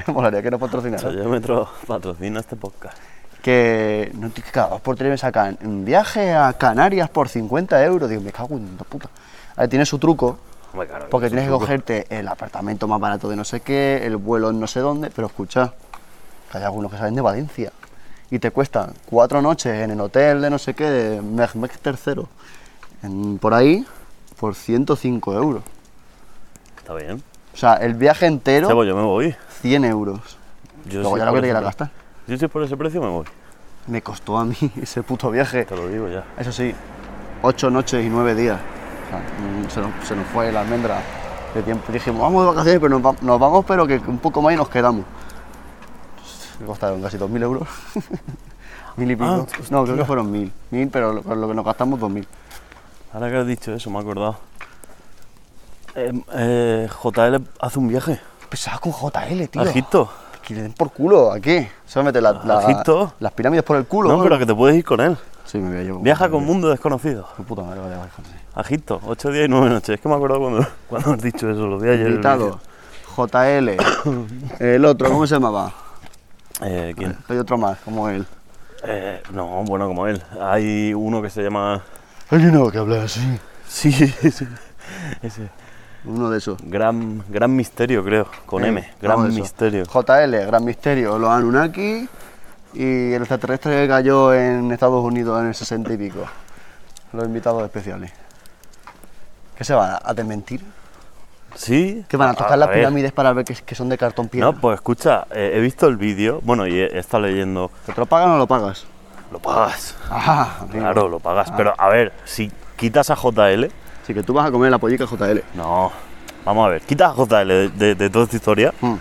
Speaker 1: Molaría que no patrocinara.
Speaker 2: Chayometro patrocina este podcast.
Speaker 1: que no te cada dos por tres me sacan un viaje a Canarias por 50 euros. Digo, me cago en la puta. A ver, tiene su truco,
Speaker 2: Hombre, claro,
Speaker 1: porque
Speaker 2: es un
Speaker 1: tienes que
Speaker 2: truco.
Speaker 1: cogerte el apartamento más barato de no sé qué, el vuelo en no sé dónde, pero escucha, que hay algunos que salen de Valencia y te cuestan cuatro noches en el hotel de no sé qué, de Mehmet III, en- por ahí, por 105 euros.
Speaker 2: Está bien.
Speaker 1: O sea, el viaje entero,
Speaker 2: Sebo, yo me voy.
Speaker 1: 100 euros.
Speaker 2: Yo
Speaker 1: Luego
Speaker 2: sí
Speaker 1: ya lo que
Speaker 2: por ese
Speaker 1: te quieras
Speaker 2: pre-
Speaker 1: gastar.
Speaker 2: Yo sí por ese precio me voy.
Speaker 1: Me costó a mí ese puto viaje.
Speaker 2: Te lo digo ya.
Speaker 1: Eso sí, ocho noches y nueve días. O sea, mm, se, nos, se nos fue la almendra de tiempo. Dijimos, vamos de vacaciones, pero nos, va- nos vamos, pero que un poco más y nos quedamos. Me costaron casi 2.000 euros. mil y pico.
Speaker 2: Ah,
Speaker 1: no, creo que fueron mil. Mil, pero lo, pero lo que nos gastamos, 2.000.
Speaker 2: Ahora que has dicho eso, me he acordado. Eh, eh, JL hace un viaje
Speaker 1: Pesado con JL, tío.
Speaker 2: a Egipto.
Speaker 1: Que le den por culo, ¿a qué? Se va a meter la- la-
Speaker 2: Egipto?
Speaker 1: las pirámides por el culo.
Speaker 2: No,
Speaker 1: ¿no?
Speaker 2: pero que te puedes ir con él.
Speaker 1: Sí, me voy a llevar.
Speaker 2: Viaja con Mundo Desconocido.
Speaker 1: Qué puta madre, vale, vale, vale.
Speaker 2: A Egipto, 8 días y 9 noches. Es que me acuerdo cuando, cuando has dicho eso, lo vi ayer. en el
Speaker 1: Invitado,
Speaker 2: vídeo.
Speaker 1: JL. El otro, ¿cómo se llamaba?
Speaker 2: Eh, ¿Quién?
Speaker 1: Hay otro más, como él.
Speaker 2: Eh, no, bueno, como él. Hay uno que se llama...
Speaker 1: Hay uno que habla así.
Speaker 2: Sí, ese. ese.
Speaker 1: Uno de esos.
Speaker 2: Gran, gran misterio, creo. Con
Speaker 1: Eh,
Speaker 2: M.
Speaker 1: uno de
Speaker 2: Gran
Speaker 1: esos.
Speaker 2: misterio.
Speaker 1: JL, Gran Misterio, los Anunnaki y el extraterrestre que cayó en Estados Unidos en el 60 y pico. Los invitados especiales. ¿Qué se van? ¿A desmentir?
Speaker 2: Sí.
Speaker 1: ¿Que van a tocar las
Speaker 2: ver.
Speaker 1: pirámides para ver que, que son de cartón piedra?
Speaker 2: No, pues escucha, eh, he visto el vídeo. Bueno, y he, he estado leyendo.
Speaker 1: ¿Te lo pagan o lo pagas?
Speaker 2: Lo pagas.
Speaker 1: Ajá, amigo.
Speaker 2: Claro, lo pagas. Pero a ver, si quitas a JL.
Speaker 1: Así que tú vas a comer la pollica JL.
Speaker 2: No. Vamos a ver, quitas a JL de, de- de toda esta historia.
Speaker 1: Mm,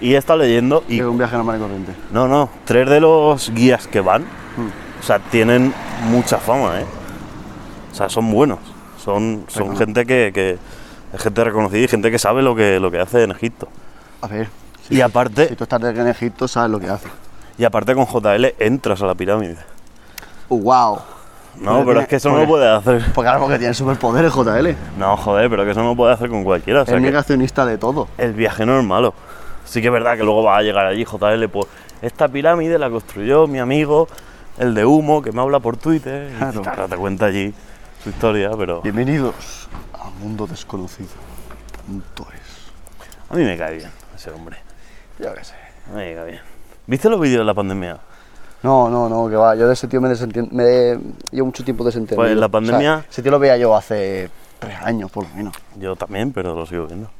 Speaker 2: Y he estado leyendo.
Speaker 1: que
Speaker 2: Y,
Speaker 1: es un viaje normal y corriente.
Speaker 2: no, no. Tres de los guías que van
Speaker 1: Mm,
Speaker 2: O sea, tienen mucha fama, ¿eh? O sea, son buenos. Son, son
Speaker 1: Recono-
Speaker 2: gente que, que- es gente reconocida y gente que sabe lo que, lo que hace en Egipto.
Speaker 1: A ver, si,
Speaker 2: Y aparte,
Speaker 1: si tú estás en Egipto, sabes lo que hace.
Speaker 2: y aparte con JL entras a la pirámide.
Speaker 1: ¡Wow!
Speaker 2: No, pero es que eso no lo puedes hacer.
Speaker 1: Porque ahora Pues porque tiene superpoderes, JL. Es
Speaker 2: No, joder, pero que eso no lo puedes hacer con cualquiera. O sea, que
Speaker 1: negacionista de todo.
Speaker 2: el viaje no es malo. Sí que es verdad que luego vas a llegar allí, JL, pues esta pirámide la construyó mi amigo, el de humo, que me habla por Twitter. Y,
Speaker 1: Claro.
Speaker 2: claro, te cuenta allí su historia, pero
Speaker 1: Bienvenidos a Mundo Desconocido. Punto es.
Speaker 2: a mí me cae bien ese hombre.
Speaker 1: Yo qué sé.
Speaker 2: A mí me cae bien. ¿Viste los vídeos de la pandemia?
Speaker 1: No, no, no, que va. Yo de ese tío me desentiendo. Me... Yo mucho tiempo desentendido.
Speaker 2: Pues en la
Speaker 1: O sea,
Speaker 2: pandemia-
Speaker 1: ese tío lo veía yo hace tres años, por lo menos.
Speaker 2: Yo también, pero lo sigo viendo.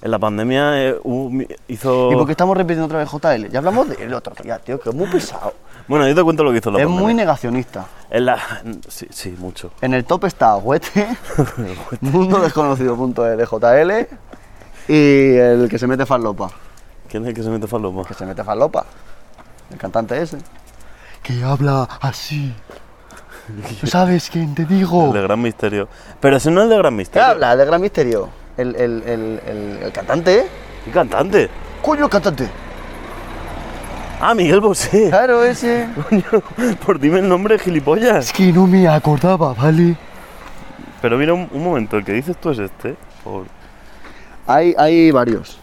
Speaker 2: En la pandemia eh, hubo mi- hizo...
Speaker 1: ¿Y por qué estamos repitiendo otra vez JL? Ya hablamos de él otro día, tío, que es muy pesado.
Speaker 2: Bueno, yo te cuento lo que hizo la
Speaker 1: es
Speaker 2: pandemia.
Speaker 1: muy negacionista.
Speaker 2: En la... Sí, sí, mucho.
Speaker 1: En el top está Huete, Mundo Desconocido.es de JL y el que se mete falopa.
Speaker 2: ¿Quién es el que se mete falopa?
Speaker 1: Que se mete falopa. El cantante ese. Que habla así. ¿No sabes quién te
Speaker 2: El
Speaker 1: digo?
Speaker 2: de Gran Misterio. Pero ese no es el de
Speaker 1: Oh.
Speaker 2: Gran
Speaker 1: ¿Qué
Speaker 2: Misterio.
Speaker 1: habla? De Gran Misterio. El, el, el, el, el cantante, ¿eh?
Speaker 2: ¿Qué cantante?
Speaker 1: Coño, el cantante.
Speaker 2: Ah, Miguel Bosé.
Speaker 1: Claro, ese.
Speaker 2: Coño, por dime el nombre, gilipollas.
Speaker 1: que no me acordaba, ¿vale?
Speaker 2: Pero mira, un, un momento, el que dices tú es este. Por...
Speaker 1: Hay, hay varios.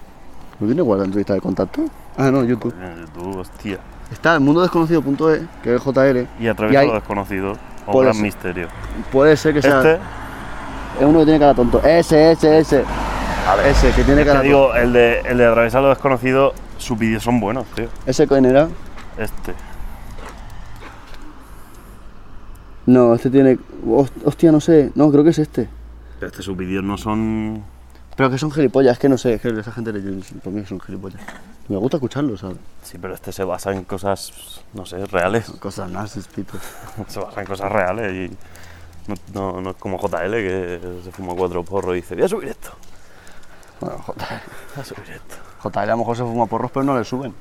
Speaker 1: ¿Lo tienes guardado en tu lista de contacto? Ah, no, YouTube.
Speaker 2: en YouTube, hostia.
Speaker 1: Está en mundodesconocido.es, que es JL.
Speaker 2: Y a través
Speaker 1: Y
Speaker 2: de
Speaker 1: hay-
Speaker 2: lo desconocido. O
Speaker 1: Puede
Speaker 2: Gran
Speaker 1: ser.
Speaker 2: Misterio.
Speaker 1: Puede ser que sea.
Speaker 2: este,
Speaker 1: Es uno que tiene cara tonto. Ese, ese, ese. A ver, ese, que tiene
Speaker 2: te
Speaker 1: cara
Speaker 2: digo, el de, el de atravesar lo desconocido, sus vídeos son buenos, tío.
Speaker 1: tonto. ¿Ese quién era?
Speaker 2: Este.
Speaker 1: No, este tiene. host- Hostia, no sé. No, creo que es este.
Speaker 2: Este, sus vídeos no son.
Speaker 1: Pero que son gilipollas, es que no sé. Es que esa gente le- yo- para mí son gilipollas. Me gusta escucharlo, ¿sabes?
Speaker 2: Sí, pero este se basa en cosas, no sé, reales.
Speaker 1: Cosas nazis, pito.
Speaker 2: se basa en cosas reales y. No, no, no es como JL que se fuma cuatro porros y dice: Voy a subir esto.
Speaker 1: Bueno, JL.
Speaker 2: Voy a subir esto.
Speaker 1: JL a lo mejor se fuma porros, pero no le suben.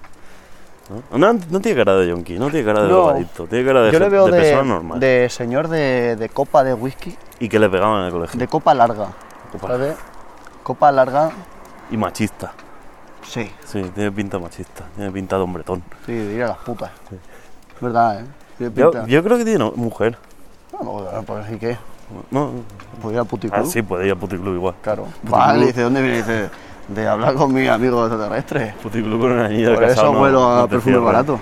Speaker 2: ¿No? No, no tiene cara de yonki, no tiene cara de
Speaker 1: No.
Speaker 2: drogadicto, tiene cara de,
Speaker 1: Yo le
Speaker 2: gen-
Speaker 1: veo
Speaker 2: de
Speaker 1: de,
Speaker 2: persona normal.
Speaker 1: de señor de, de copa de whisky,
Speaker 2: Y que le pegaban en el colegio.
Speaker 1: de copa larga.
Speaker 2: Copa.
Speaker 1: ¿sabes? Copa larga,
Speaker 2: Y machista,
Speaker 1: sí.
Speaker 2: sí, tiene pinta machista, tiene pinta de hombretón.
Speaker 1: Sí, de ir a las putas. ¿Verdad, eh? Tiene
Speaker 2: Yo,
Speaker 1: pinta.
Speaker 2: yo creo que tiene no- mujer.
Speaker 1: No, pues así que.
Speaker 2: No, no.
Speaker 1: Pues ir al puticlub.
Speaker 2: Ah, sí, puede ir a puticlub igual.
Speaker 1: Claro. Vale, dice, ¿dónde viene? Dice, de hablar con mi amigo extraterrestre.
Speaker 2: Puticlub con una niña de
Speaker 1: Por eso
Speaker 2: casado no-
Speaker 1: vuelo
Speaker 2: no
Speaker 1: a
Speaker 2: te
Speaker 1: perfume
Speaker 2: cierra.
Speaker 1: barato.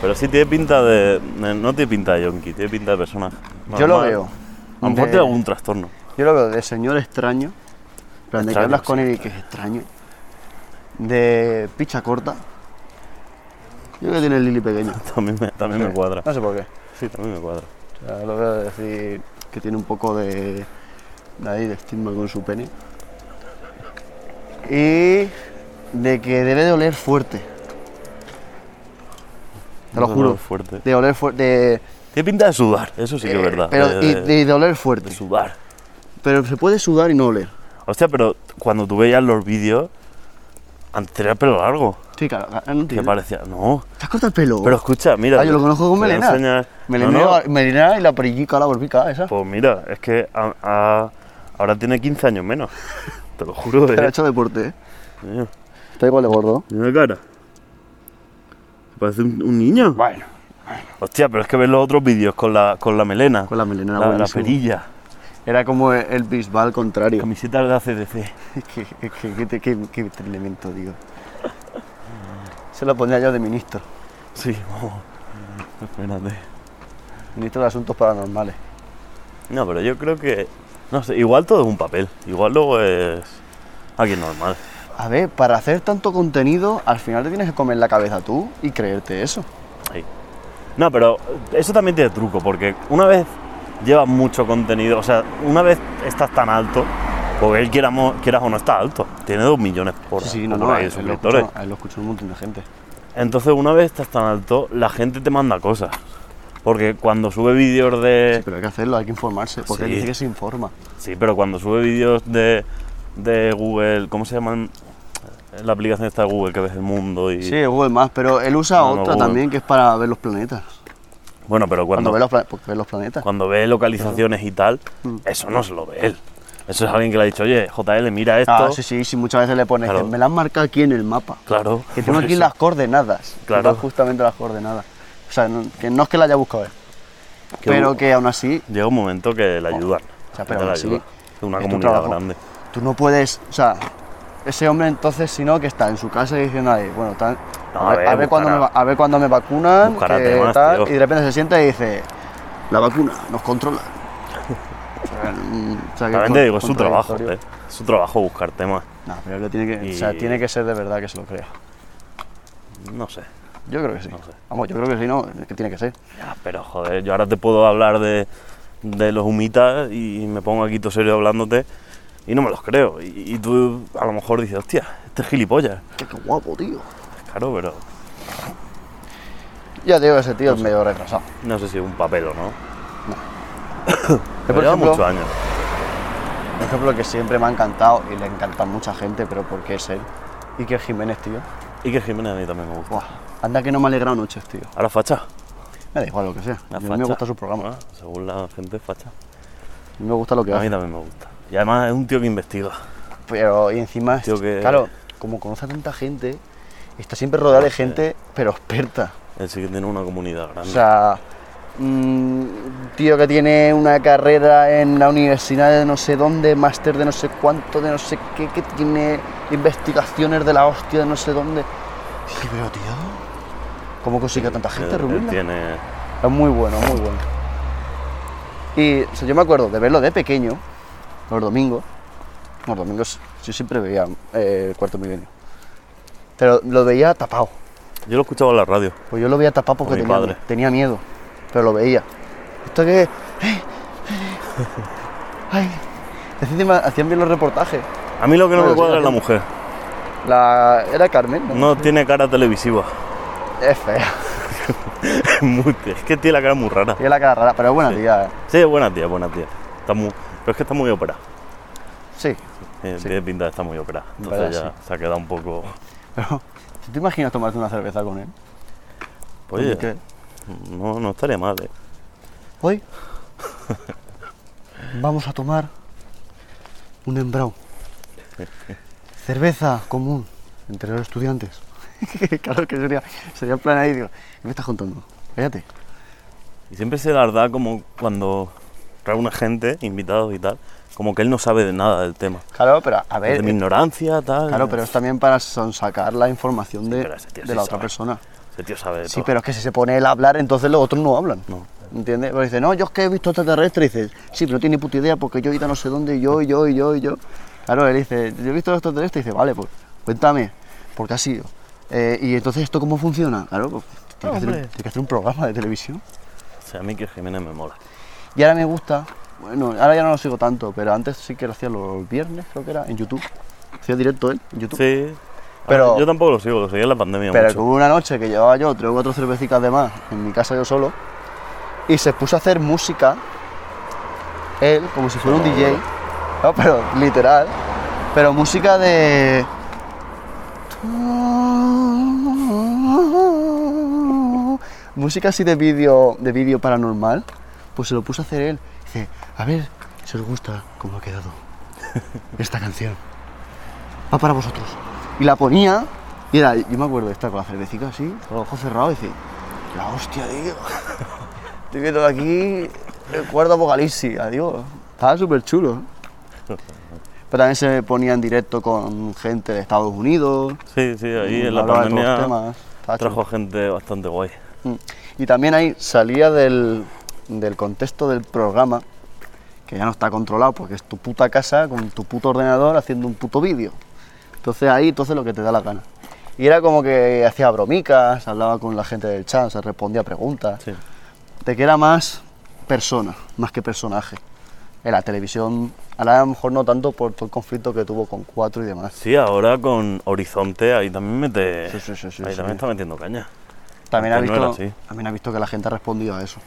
Speaker 2: Pero sí tiene pinta de. de- No tiene pinta de yonki, tiene pinta de persona.
Speaker 1: Yo lo
Speaker 2: normal.
Speaker 1: veo.
Speaker 2: A lo mejor
Speaker 1: de-
Speaker 2: tiene algún trastorno.
Speaker 1: Yo lo veo de señor extraño. en plan, de que
Speaker 2: Extraño,
Speaker 1: hablas con
Speaker 2: sí,
Speaker 1: él y que es extraño. De picha corta. Yo creo que tiene el lili pequeño.
Speaker 2: También me, también me cuadra.
Speaker 1: No sé por qué.
Speaker 2: Sí, también me cuadra.
Speaker 1: O sea, lo veo decir que tiene un poco de. de ahí, de estigma con su pene. Y. de que debe de oler fuerte. Te lo
Speaker 2: Un
Speaker 1: juro.
Speaker 2: dolor Fuerte.
Speaker 1: De oler fuerte. De,
Speaker 2: Tiene pinta de sudar, eso sí que es
Speaker 1: eh,
Speaker 2: verdad.
Speaker 1: Pero,
Speaker 2: de-
Speaker 1: y
Speaker 2: de-
Speaker 1: de, de oler
Speaker 2: de
Speaker 1: fuerte.
Speaker 2: sudar.
Speaker 1: Pero se puede sudar y no oler.
Speaker 2: Hostia, pero cuando tú veías los vídeos, antes tenía pelo largo.
Speaker 1: Sí, claro, claro, no
Speaker 2: Que
Speaker 1: tiene.
Speaker 2: parecía. No.
Speaker 1: ¿Te has cortado el pelo?
Speaker 2: Pero escucha, mira.
Speaker 1: Ah, yo lo conozco con
Speaker 2: te voy a
Speaker 1: melena.
Speaker 2: enseñar-
Speaker 1: melena,
Speaker 2: No, no,
Speaker 1: melena y la perillica, la borbica esa.
Speaker 2: Pues mira, es que a- a- ahora tiene 15 años menos. Te lo juro.
Speaker 1: Pero ha
Speaker 2: Eh.
Speaker 1: hecho deporte, ¿eh?
Speaker 2: Mira,
Speaker 1: Está igual de gordo.
Speaker 2: mira la cara. Parece un, un niño.
Speaker 1: Bueno,
Speaker 2: Hostia, pero es que ves los otros vídeos con la, con la melena.
Speaker 1: con la melena
Speaker 2: la, la
Speaker 1: buenísimo.
Speaker 2: perilla.
Speaker 1: Era como el bisbal contrario.
Speaker 2: Camisetas de ACDC.
Speaker 1: Qué, qué, qué, qué- qué- qué tremendo, digo. Se lo pondría yo de ministro,
Speaker 2: Sí, vamos. Espérate.
Speaker 1: ministro de Asuntos Paranormales.
Speaker 2: No, pero yo creo que. No sé, igual todo es un papel. Igual luego es. Alguien normal.
Speaker 1: A ver, para hacer tanto contenido, al final te tienes que comer la cabeza tú y creerte eso.
Speaker 2: Ahí. No, pero eso también tiene truco, porque una vez llevas mucho contenido, o sea, una vez estás tan alto, porque él quieramos- quieras o no está alto, tiene dos millones por, por ahí de
Speaker 1: él eh, lo,
Speaker 2: suscriptores.
Speaker 1: escuchó, a él lo escuchó un montón de gente.
Speaker 2: Entonces, una vez estás tan alto, la gente te manda cosas. Porque cuando sube vídeos de.
Speaker 1: Pero hay que hacerlo, hay que informarse, porque él
Speaker 2: Sí.
Speaker 1: dice que se informa.
Speaker 2: Sí, pero cuando sube vídeos de, de Google, ¿cómo se llaman? la aplicación está de Google que ves el mundo y.
Speaker 1: Sí, Google Maps, pero él usa
Speaker 2: No, no,
Speaker 1: otra
Speaker 2: Google.
Speaker 1: también que es para ver los planetas.
Speaker 2: Bueno, pero
Speaker 1: Cuando,
Speaker 2: cuando,
Speaker 1: ve, los, pla- porque ve los planetas.
Speaker 2: cuando ve localizaciones y tal,
Speaker 1: Mm.
Speaker 2: eso no se lo ve él. Eso es alguien que le ha dicho, oye, JL, mira esto.
Speaker 1: Ah, sí, sí, sí, muchas veces le pones
Speaker 2: Claro.
Speaker 1: que me las marca aquí en el mapa.
Speaker 2: Claro.
Speaker 1: Que tengo
Speaker 2: por
Speaker 1: aquí
Speaker 2: eso.
Speaker 1: las coordenadas. que da
Speaker 2: Claro.
Speaker 1: justamente las coordenadas. O sea, no- que no es que la haya buscado él,
Speaker 2: Que
Speaker 1: pero
Speaker 2: bu-
Speaker 1: que aún así
Speaker 2: Llega un momento que le ayudan.
Speaker 1: O sea, pero
Speaker 2: que te la
Speaker 1: aún así,
Speaker 2: ayudan. Es una
Speaker 1: es tu
Speaker 2: comunidad
Speaker 1: trabajo.
Speaker 2: grande.
Speaker 1: tú no puedes, o sea, ese hombre entonces, si no, que está en su casa diciendo ahí, bueno, tal,
Speaker 2: No,
Speaker 1: a,
Speaker 2: a
Speaker 1: ver,
Speaker 2: ver,
Speaker 1: a ver cuándo me,
Speaker 2: buscará-
Speaker 1: va- a ver cuándo me vacunan,
Speaker 2: buscará
Speaker 1: que
Speaker 2: temas,
Speaker 1: tal,
Speaker 2: tío.
Speaker 1: y de repente se sienta y dice, la vacuna nos controla. O sea, mm, o sea, que
Speaker 2: Realmente
Speaker 1: con-
Speaker 2: digo, es su trabajo,
Speaker 1: contradictorio.
Speaker 2: ¿eh? Es su trabajo buscar temas.
Speaker 1: No, pero lo tiene que, o sea,
Speaker 2: Y-
Speaker 1: tiene que ser de verdad que se lo crea.
Speaker 2: No sé.
Speaker 1: Yo creo que sí.
Speaker 2: No sé.
Speaker 1: Vamos, yo creo que sí, no, es que tiene que ser.
Speaker 2: Ya, pero joder, yo ahora te puedo hablar de, de los humitas y me pongo aquí todo serio hablándote y no me los creo. Y, y tú a lo mejor dices, hostia, este es gilipollas.
Speaker 1: Qué, qué guapo, tío.
Speaker 2: Claro, pero
Speaker 1: Ya te digo, ese tío es medio retrasado.
Speaker 2: no sé si es un papel o no.
Speaker 1: Yo,
Speaker 2: Pero
Speaker 1: por
Speaker 2: lleva
Speaker 1: ejemplo,
Speaker 2: muchos años.
Speaker 1: Por ejemplo, que siempre me ha encantado y le encanta a mucha gente, pero porque es él. Y que Jiménez, tío.
Speaker 2: Y que Jiménez a mí también me gusta.
Speaker 1: Buah, anda que no me ha alegrado noches, tío.
Speaker 2: Ahora facha.
Speaker 1: Me da igual lo que sea.
Speaker 2: La
Speaker 1: A mí me
Speaker 2: facha.
Speaker 1: gusta su programa.
Speaker 2: Ah, según la gente, facha.
Speaker 1: A mí me gusta lo que
Speaker 2: A mí
Speaker 1: hace.
Speaker 2: también me gusta. Y además es un tío que investiga.
Speaker 1: Pero, y encima,
Speaker 2: Tío, que-
Speaker 1: claro, como conoce a tanta gente, está siempre rodeado de
Speaker 2: Ah, eh.
Speaker 1: gente, pero experta.
Speaker 2: Él sí que tiene una comunidad grande.
Speaker 1: O sea, mm, tío que tiene una carrera en la universidad de no sé dónde, máster de no sé cuánto, de no sé qué, que tiene investigaciones de la hostia de no sé dónde. Sí, pero tío, ¿cómo consigue a tanta gente,
Speaker 2: Él- él
Speaker 1: Rubén?
Speaker 2: tiene...
Speaker 1: Es muy bueno, muy bueno. Y o sea, yo me acuerdo de verlo de pequeño, los domingos. Los domingos yo siempre veía eh, el cuarto milenio. Pero lo veía tapado.
Speaker 2: Yo lo escuchaba en la radio.
Speaker 1: Pues yo lo veía tapado porque
Speaker 2: mi
Speaker 1: tenía,
Speaker 2: padre.
Speaker 1: tenía miedo. Pero lo veía. Esto que. Ay. Encima hacían bien los reportajes.
Speaker 2: A mí lo que no
Speaker 1: Bueno,
Speaker 2: me
Speaker 1: sí,
Speaker 2: cuadra
Speaker 1: la
Speaker 2: es la
Speaker 1: gente-
Speaker 2: mujer.
Speaker 1: La... Era Carmen, ¿no?
Speaker 2: No tiene cara televisiva.
Speaker 1: Es fea.
Speaker 2: Muy- es que tiene la cara muy rara.
Speaker 1: Tiene la cara rara, pero es buena tía. ¿eh?
Speaker 2: Sí, es buena tía, buena tía. Está muy, pero es que está muy operada.
Speaker 1: Sí.
Speaker 2: Eh,
Speaker 1: Sí.
Speaker 2: Tiene pinta de estar muy operada. Entonces
Speaker 1: Operada,
Speaker 2: ya se ha quedado un poco.
Speaker 1: Pero. ¿tú ¿Te imaginas tomarte una cerveza con él?
Speaker 2: Oye,
Speaker 1: ¿Qué?
Speaker 2: no, no estaría mal, eh.
Speaker 1: Hoy vamos a tomar un embrau. Cerveza común entre los estudiantes. claro que sería, sería el plan ahí, digo, ¿qué me estás contando? Cállate.
Speaker 2: Y siempre se la da como cuando trae una gente, invitados y tal, como que él no sabe de nada del tema.
Speaker 1: Claro, pero a
Speaker 2: De
Speaker 1: ver, eh,
Speaker 2: mi ignorancia, tal.
Speaker 1: claro, pero es también para sonsacar la información de,
Speaker 2: pero ese tío
Speaker 1: de
Speaker 2: sí
Speaker 1: la otra
Speaker 2: sabe.
Speaker 1: persona.
Speaker 2: Ese tío sabe de
Speaker 1: Sí,
Speaker 2: todo.
Speaker 1: pero es que si se pone él a hablar, entonces los otros no hablan.
Speaker 2: No.
Speaker 1: ¿Entiendes? Pero dice, no, yo es que he visto extraterrestres. Y dices, sí, pero no tiene ni puta idea porque yo he ido a no sé dónde, y yo, y yo, y yo, y yo. Claro, él dice, yo he visto extraterrestres. Y dice, vale, pues cuéntame, ¿por qué ha sido? Eh, y entonces, ¿esto cómo funciona? Claro, pues tienes que, hacer un,
Speaker 2: Hombre.
Speaker 1: tienes que hacer un programa de televisión.
Speaker 2: O sea, a mí que Jiménez me mola.
Speaker 1: Y ahora me gusta, bueno, ahora ya no lo sigo tanto, pero antes sí que lo hacía los viernes, creo que era, en YouTube. Hacía directo él, en YouTube.
Speaker 2: Sí.
Speaker 1: Pero-
Speaker 2: Ahora, yo tampoco lo sigo, lo seguí en la pandemia
Speaker 1: Pero que
Speaker 2: mucho.
Speaker 1: hubo una noche que llevaba yo tres o cuatro cervecitas de más en mi casa yo solo y se puso a hacer música él como si fuera un
Speaker 2: Solo,
Speaker 1: DJ, no, pero literal, pero música de música así de vídeo de vídeo paranormal, pues se lo puso a hacer él. Dice, a ver si os gusta cómo ha quedado esta canción va para vosotros. Y la ponía, y era, yo me acuerdo de estar con la cervecita así, con los ojos cerrados, y decir, la hostia, tío. Estoy viendo aquí el cuarto apocalipsis, adiós. Estaba súper chulo. Pero también se ponía en directo con gente de Estados Unidos.
Speaker 2: Sí, sí, ahí en la
Speaker 1: hablaba de todos los
Speaker 2: pandemia
Speaker 1: temas. Estaba chulo.
Speaker 2: trajo gente bastante guay.
Speaker 1: Mm. Y también ahí salía del, del contexto del programa, que ya no está controlado porque es tu puta casa con tu puto ordenador haciendo un puto vídeo. Entonces ahí, entonces lo que te da la gana. Y era como que hacía bromicas, hablaba con la gente del chat, se respondía preguntas.
Speaker 2: Sí.
Speaker 1: De que era más persona, más que personaje. En la televisión, ahora a lo mejor no tanto por todo el conflicto que tuvo con Cuatro y demás.
Speaker 2: Sí, ahora con Horizonte ahí también mete.
Speaker 1: Sí, sí, sí, sí,
Speaker 2: ahí
Speaker 1: sí.
Speaker 2: también está metiendo caña.
Speaker 1: También ha,
Speaker 2: Antes
Speaker 1: visto,
Speaker 2: Pues no era así.
Speaker 1: también ha visto que la gente ha respondido a eso.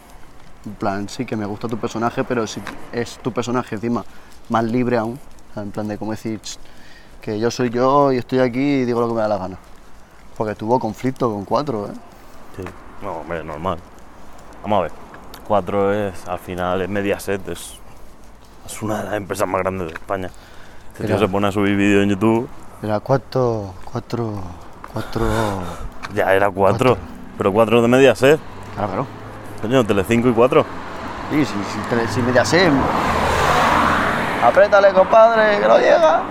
Speaker 1: En plan, sí, que me gusta tu personaje, pero si es tu personaje encima más libre aún, o sea, en plan de como decir, "Ch, que yo soy yo y estoy aquí y digo lo que me da la gana. Porque tuvo conflicto con cuatro, ¿eh?
Speaker 2: Sí. No, hombre, normal. Vamos a ver. Cuatro es, al final, es Mediaset, es, es una de las empresas más grandes de España. Este tío
Speaker 1: Era-
Speaker 2: se pone a subir vídeos en YouTube,
Speaker 1: Era cuatro, cuatro, cuatro...
Speaker 2: ya era cuatro, pero cuatro de Mediaset.
Speaker 1: Claro, claro.
Speaker 2: Coño, Telecinco y cuatro.
Speaker 1: Y si, si, te- si me das apriétale, compadre, que no llega.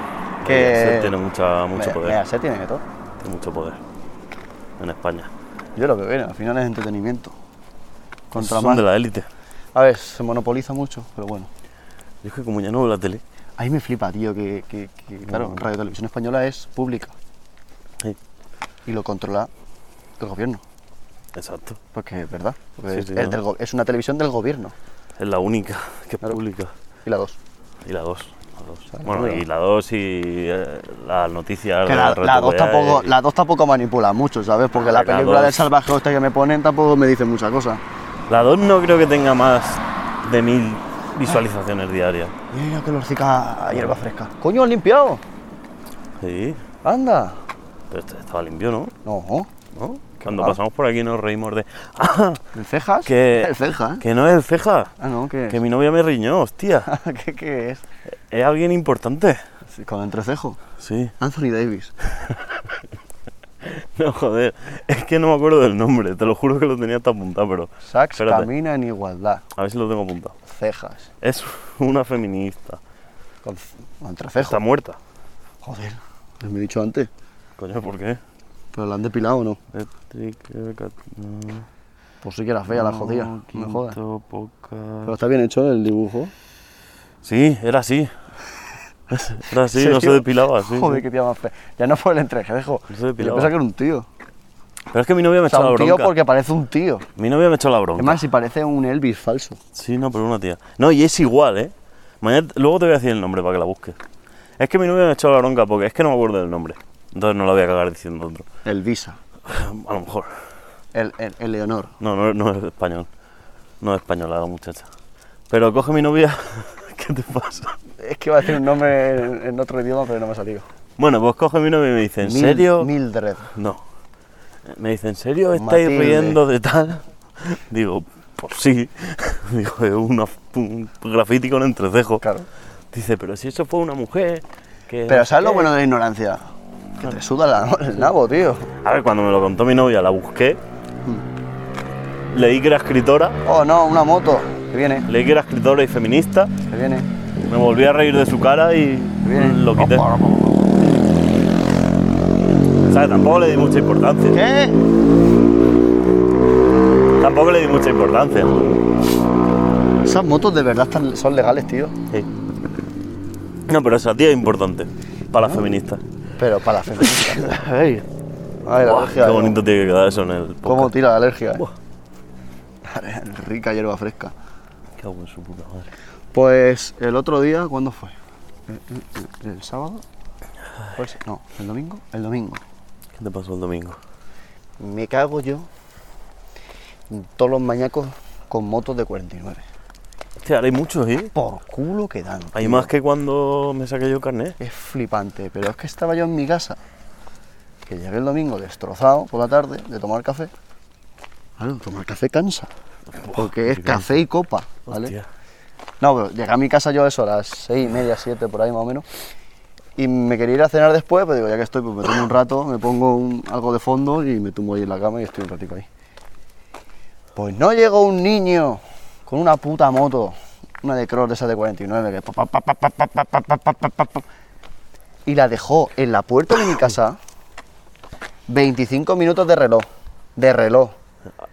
Speaker 2: Mediaset
Speaker 1: Que
Speaker 2: tiene mucha, mucho
Speaker 1: Mira,
Speaker 2: poder.
Speaker 1: mira, se tiene de todo.
Speaker 2: Tiene mucho poder. En España.
Speaker 1: Yo lo que veo, al final es entretenimiento. Contra
Speaker 2: Son
Speaker 1: más.
Speaker 2: de la élite.
Speaker 1: A ver, se monopoliza mucho, pero bueno.
Speaker 2: Yo es que como ya no veo la tele.
Speaker 1: Ahí me flipa, tío, que, que- que, claro, Radio Televisión Española es pública
Speaker 2: Sí,
Speaker 1: y lo controla el gobierno.
Speaker 2: exacto.
Speaker 1: Porque es verdad, porque
Speaker 2: Sí,
Speaker 1: es,
Speaker 2: sí,
Speaker 1: es
Speaker 2: ¿no?
Speaker 1: del go- es una televisión del gobierno.
Speaker 2: Es la única que es
Speaker 1: Claro.
Speaker 2: pública.
Speaker 1: Y la dos.
Speaker 2: Y la 2.
Speaker 1: sea,
Speaker 2: Bueno,
Speaker 1: bueno.
Speaker 2: y la 2 y eh, la noticia.
Speaker 1: Que la,
Speaker 2: de
Speaker 1: la dos
Speaker 2: RTVE,
Speaker 1: tampoco,
Speaker 2: y-
Speaker 1: la dos tampoco manipula mucho, ¿sabes? Porque
Speaker 2: Ah,
Speaker 1: la
Speaker 2: la
Speaker 1: película
Speaker 2: dos.
Speaker 1: del salvaje hostia que me ponen tampoco me dice mucha cosa.
Speaker 2: La 2 no creo que tenga más de mil visualizaciones diarias.
Speaker 1: Mira que lorcica hierba fresca. Coño, han limpiado.
Speaker 2: Sí,
Speaker 1: Anda.
Speaker 2: pero este estaba limpio, ¿no?
Speaker 1: No.
Speaker 2: ¿No? Cuando
Speaker 1: va.
Speaker 2: pasamos por aquí nos reímos de. ¡Ah!
Speaker 1: ¿El cejas?
Speaker 2: que,
Speaker 1: ¿El ceja?
Speaker 2: que no es el ceja.
Speaker 1: Ah, no, ¿qué?
Speaker 2: Que mi novia me riñó, hostia.
Speaker 1: ¿Qué, qué es?
Speaker 2: Es alguien importante.
Speaker 1: Sí, Con entrecejo.
Speaker 2: Sí.
Speaker 1: Anthony Davis.
Speaker 2: No, joder. Es que no me acuerdo del nombre. Te lo juro que lo tenía hasta apuntado, pero.
Speaker 1: Sax
Speaker 2: Espérate.
Speaker 1: camina en igualdad.
Speaker 2: A ver si lo tengo apuntado.
Speaker 1: Cejas.
Speaker 2: Es una feminista.
Speaker 1: Con, con entrecejo.
Speaker 2: Está muerta.
Speaker 1: Joder, les me he dicho antes.
Speaker 2: Coño, ¿por qué?
Speaker 1: ¿Pero la han depilado o no?
Speaker 2: Electric, eh, cat- no.
Speaker 1: Pues sí que era fea la jodía.
Speaker 2: No,
Speaker 1: No me jodas.
Speaker 2: quinto, poca-
Speaker 1: Pero está bien hecho el dibujo.
Speaker 2: Sí, era así. Era así,
Speaker 1: ¿En
Speaker 2: no se
Speaker 1: serio?
Speaker 2: depilaba. sí,
Speaker 1: Joder,
Speaker 2: sí.
Speaker 1: qué tía más fea. Ya no fue el entrecejo.
Speaker 2: No se
Speaker 1: Yo
Speaker 2: depilaba.
Speaker 1: pensaba que era un tío.
Speaker 2: Pero es que mi novia me
Speaker 1: O sea,
Speaker 2: echó la
Speaker 1: un tío
Speaker 2: bronca.
Speaker 1: porque parece un tío.
Speaker 2: Mi novia me echó la bronca.
Speaker 1: Es más, si parece un Elvis falso.
Speaker 2: Sí, no, pero una tía. No, y es igual, ¿eh? Mañana, luego te voy a decir el nombre para que la busques. Es que mi novia me echó la bronca porque es que no me acuerdo del nombre. Entonces no la voy a cagar diciendo otro.
Speaker 1: Elvisa.
Speaker 2: A lo mejor.
Speaker 1: El, el, el Leonor.
Speaker 2: No, no, no es español. No es española la muchacha. Pero coge mi novia. ¿Qué te pasa?
Speaker 1: Es que iba a decir un nombre en, en otro idioma, pero no me ha salido.
Speaker 2: Bueno, pues coge mi novia y me dice, ¿en
Speaker 1: Mil-
Speaker 2: serio?
Speaker 1: Mildred.
Speaker 2: No. Me dice, ¿en serio estáis
Speaker 1: Matilde.
Speaker 2: riendo de tal? Digo, pues sí. Digo, es una- un grafiti con entrecejo.
Speaker 1: Claro.
Speaker 2: Dice, pero si eso fue una mujer. Que
Speaker 1: Pero
Speaker 2: no sé
Speaker 1: ¿sabes lo
Speaker 2: qué".
Speaker 1: bueno de la ignorancia? Que te suda la- el nabo, tío.
Speaker 2: A ver, cuando me lo contó mi novia, la busqué.
Speaker 1: Mm.
Speaker 2: Leí que era escritora,
Speaker 1: Oh, no, una moto. Que viene,
Speaker 2: leí que era escritora y feminista.
Speaker 1: que viene,
Speaker 2: Me volví a reír de su cara y
Speaker 1: que viene.
Speaker 2: lo quité. ¿Sabes? Tampoco le di mucha importancia.
Speaker 1: ¿Qué?
Speaker 2: Tampoco le di mucha importancia.
Speaker 1: Esas motos de verdad están- son legales, tío.
Speaker 2: Sí. No, pero esa tía es importante para las feministas.
Speaker 1: Pero para las feministas. Ey. Ay, la
Speaker 2: Buah,
Speaker 1: alergia.
Speaker 2: qué
Speaker 1: ¿no?
Speaker 2: bonito tiene que quedar eso en el podcast.
Speaker 1: ¿Cómo tira la alergia? eh.
Speaker 2: Buah.
Speaker 1: Rica hierba fresca.
Speaker 2: Qué en su puta madre.
Speaker 1: Pues el otro día, ¿cuándo fue? ¿El, el- el sábado? Pues, no, el domingo. El domingo.
Speaker 2: ¿Qué te pasó el domingo?
Speaker 1: Me cago yo en todos los mañacos con motos de 49.
Speaker 2: Hostia, ahora hay muchos, ¿eh?
Speaker 1: Por culo que dan.
Speaker 2: Hay más que cuando me saqué yo el carnet.
Speaker 1: Es flipante, pero es que estaba yo en mi casa, que llegué el domingo destrozado por la tarde de tomar café. Claro, tomar café cansa, porque es café y copa, ¿vale?
Speaker 2: Hostia.
Speaker 1: No, pero llegué a mi casa yo a eso, a las seis y media, siete, por ahí más o menos. Y me quería ir a cenar después, pero digo, ya que estoy, pues me tomo un rato, me pongo un- algo de fondo y me tumbo ahí en la cama y estoy un ratito ahí. Pues no llegó un niño con una puta moto, una de Cross de esas de 49, que pa, pa, pa, pa, pa, pa, pa, pa, pa, pa, pa, pa, pa, y la dejó en la puerta de mi casa 25 minutos de reloj, de reloj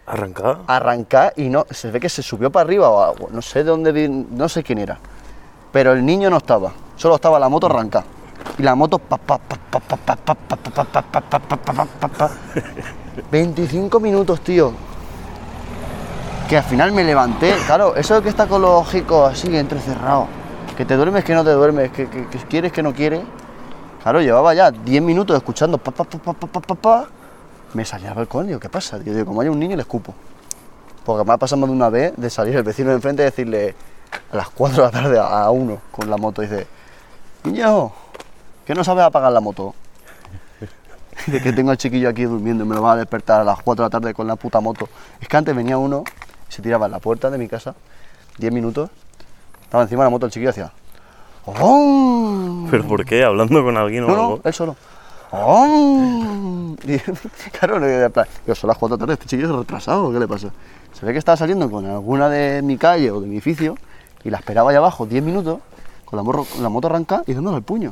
Speaker 2: ¿Arrancada?
Speaker 1: arrancar y no se ve que se subió para arriba o algo, no sé de dónde vi- no sé quién era pero el niño no estaba solo estaba la moto arrancada y la moto pa, pa, pa, pa, pa, pa, pa, pa, pa, pa, pa, pa, pa, pa, pa, pa, pa. 25 minutos tío que al final me levanté claro eso es que está con los ojicos así entrecerrados que te duermes que no te duermes que, que- que quieres que no quieres claro llevaba ya 10 minutos escuchando pa, pa, pa, pa, pa, pa, pa, pa. me salí al balcón digo qué pasa tío digo como hay un niño le escupo porque me ha pasado más de una vez de salir el vecino de enfrente y decirle a las 4 de la tarde a a uno con la moto, dice, niño, que no sabes apagar la moto. De que tengo al chiquillo aquí durmiendo y me lo van a despertar a las 4 de la tarde con la puta moto. Es que antes venía uno y se tiraba en la puerta de mi casa, 10 minutos, estaba encima de la moto el chiquillo hacía. ¡Oh!
Speaker 2: ¿Pero por qué? ¿Hablando con alguien o
Speaker 1: No,
Speaker 2: algo?
Speaker 1: no, él solo. ¡Oh! Y, claro, no, en plan, yo son las 4 de la tarde, este chiquillo es retrasado, ¿qué le pasa? Se ve que estaba saliendo con alguna de mi calle o de mi edificio y la esperaba allá abajo 10 minutos con la, morro- la moto arrancada y dándole al puño.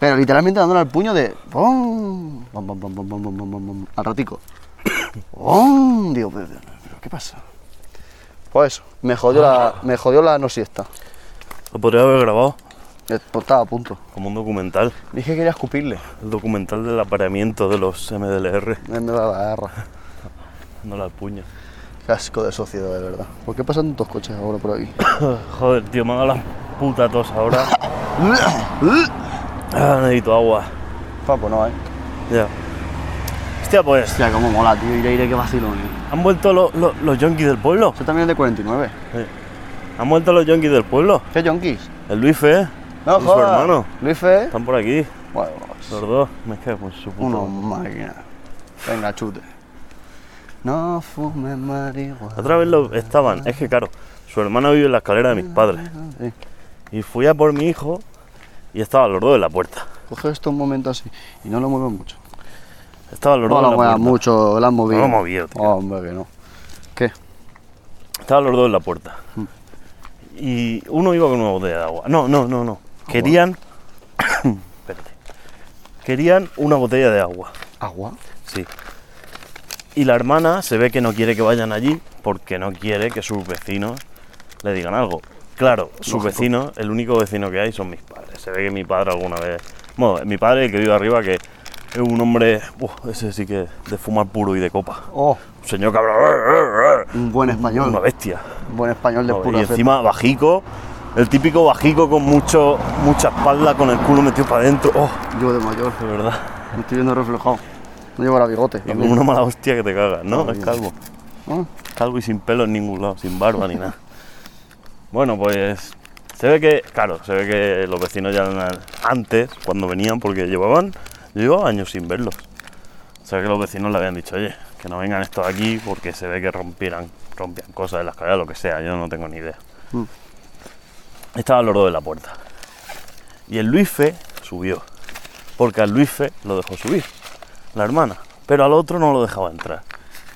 Speaker 1: Pero literalmente dándole al puño de... ¡Bom! ¡Bom, bom, bom, bom, bom, bom, bom, bom, bom! Al ratico. ¡Bom! Digo, pero, pero, pero, ¿qué pasa? Pues eso, me jodió la, me jodió la no siesta.
Speaker 2: Lo podría haber grabado
Speaker 1: Esto Estaba a punto.
Speaker 2: como un documental.
Speaker 1: Dije que quería escupirle.
Speaker 2: El documental del apareamiento de los MDLR.
Speaker 1: Me me da la garra.
Speaker 2: No la puña.
Speaker 1: Casco de sociedad, de verdad. ¿Por qué pasan tantos coches ahora por aquí?
Speaker 2: Joder, tío, me ha dado la puta tos ahora. Ah, necesito agua.
Speaker 1: Papo, no, eh.
Speaker 2: Ya. Hostia, pues,
Speaker 1: Hostia, cómo mola, tío. Iré, iré, que vacilón. eh.
Speaker 2: ¿han vuelto lo- lo- los yonkis del pueblo?
Speaker 1: Eso también es de 49.
Speaker 2: ¿Han vuelto los yonkis del pueblo?
Speaker 1: ¿Qué yonkis?
Speaker 2: El Luis Fe
Speaker 1: No,
Speaker 2: y su
Speaker 1: jodas.
Speaker 2: hermano.
Speaker 1: Luis Fe.
Speaker 2: Están por aquí,
Speaker 1: Bueno,
Speaker 2: los dos. Me cago con su puta.
Speaker 1: uno máquina. Venga, chute. No fumes marihuana.
Speaker 2: Otra vez lo estaban. Es que, claro, su hermano vive en la escalera de mis padres.
Speaker 1: Sí.
Speaker 2: Y fui a por mi hijo y estaban los dos en la puerta.
Speaker 1: Coge esto un momento así y no lo muevas mucho.
Speaker 2: Estaban los
Speaker 1: No
Speaker 2: dos
Speaker 1: lo
Speaker 2: en la
Speaker 1: muevas
Speaker 2: puerta.
Speaker 1: mucho, lo has movido.
Speaker 2: No lo he movido, tío.
Speaker 1: Hombre, que no. ¿Qué?
Speaker 2: Estaban los dos en la puerta. Y uno iba con una botella de agua. No, no, no, no. Querían. Espérate. Querían una botella de agua.
Speaker 1: ¿Agua?
Speaker 2: Sí. Y la hermana se ve que no quiere que vayan allí porque no quiere que sus vecinos le digan algo. Claro, sus
Speaker 1: Lógico.
Speaker 2: vecinos, el único vecino que hay son mis padres. Se ve que mi padre alguna vez. Bueno, mi padre, el que vive arriba, que es un hombre. Uf, ese sí que de fumar puro y de copa.
Speaker 1: Oh,
Speaker 2: Un señor cabrón. eh,
Speaker 1: un buen español.
Speaker 2: Una bestia.
Speaker 1: Un buen español de
Speaker 2: Joder,
Speaker 1: pura
Speaker 2: y encima bajico, el típico bajico con mucho, mucha espalda, con el culo metido para adentro. Oh,
Speaker 1: cepa. Yo de mayor,
Speaker 2: de verdad.
Speaker 1: me estoy viendo reflejado. No llevo la bigote.
Speaker 2: Y con una mala hostia que te cagas, ¿no? Es calvo.
Speaker 1: Ah,
Speaker 2: Calvo y sin pelo en ningún lado, sin barba ni nada. Bueno, pues se ve que, claro, se ve que los vecinos ya eran antes, cuando venían, porque llevaban, yo llevaba años sin verlos. Se ve que los vecinos le habían dicho, oye, que no vengan estos aquí porque se ve que rompieran, rompían cosas de la escalera, lo que sea, yo no tengo ni idea.
Speaker 1: Mm.
Speaker 2: Estaba el oro de la puerta. Y el Luife subió, porque al Luife lo dejó subir, la hermana, pero al otro no lo dejaba entrar.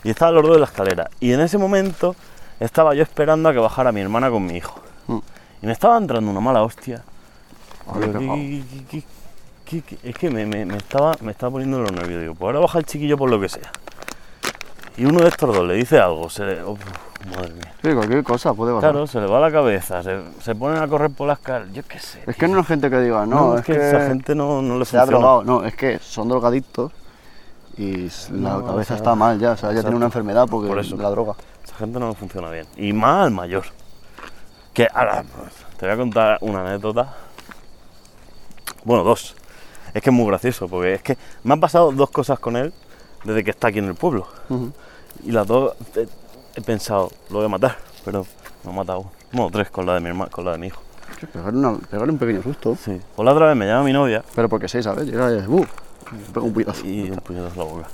Speaker 2: Y estaba el oro de la escalera. Y en ese momento estaba yo esperando a que bajara mi hermana con mi hijo.
Speaker 1: Mm.
Speaker 2: Y me estaba entrando una mala hostia.
Speaker 1: Joder,
Speaker 2: Digo,
Speaker 1: qué pavo.
Speaker 2: "¿Qué- qué- qué- qué- qué?". es que me, me- me estaba, me estaba poniendo los nervios. Digo, pues ahora baja el chiquillo por lo que sea. Y uno de estos dos le dice algo. Se le, oh, madre mía.
Speaker 1: Sí, cualquier cosa puede pasar.
Speaker 2: Claro, se le va la cabeza, se, se ponen a correr por las calles. Yo qué sé.
Speaker 1: Es que no es gente que diga, no,
Speaker 2: No, es que, esa gente no, no le
Speaker 1: se ha
Speaker 2: funciona.
Speaker 1: drogado. No, es que son drogadictos y s- la
Speaker 2: No,
Speaker 1: cabeza
Speaker 2: o sea,
Speaker 1: está mal ya. O sea, ya tiene
Speaker 2: exacto.
Speaker 1: una enfermedad porque
Speaker 2: Por eso.
Speaker 1: la droga.
Speaker 2: Esa gente no le funciona bien. Y más al mayor. Que ahora te voy a contar una anécdota. Bueno, dos. Es que es muy gracioso, porque es que me han pasado dos cosas con él desde que está aquí en el pueblo.
Speaker 1: Ujú.
Speaker 2: Y las dos eh, he pensado, lo voy a matar, pero no he matado. Bueno, tres con la de mi hermano, con la de mi hijo.
Speaker 1: Sí, Pegar, una- pegar un pequeño susto.
Speaker 2: Sí. Por la otra vez me llama mi novia
Speaker 1: Pero porque sí, ¿sabes? Llega y uh, me pego un puñetazo.
Speaker 2: y un puñetazo en la boca.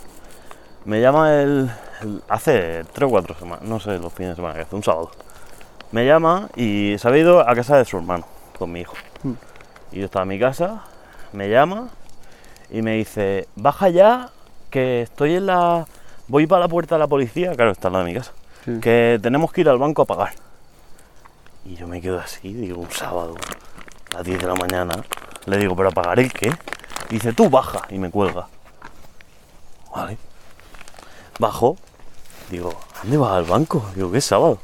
Speaker 2: Me llama el, el- hace tres o cuatro semanas, no sé, los fines de semana que hace, un sábado. Me llama y se había ido a casa de su hermano con mi hijo.
Speaker 1: Mm.
Speaker 2: Y yo estaba en mi casa, me llama y me dice, baja ya, que estoy en la... Voy para la puerta de la policía, claro, está al lado de mi casa.
Speaker 1: Sí.
Speaker 2: Que tenemos que ir al banco a pagar. Y yo me quedo así, digo, un sábado, a las 10 de la mañana. Le digo, ¿pero a pagar el qué? Y dice, tú baja. Y me cuelga. Vale. Bajo. Digo, ¿a ¿dónde vas al banco? Digo, ¿qué es sábado?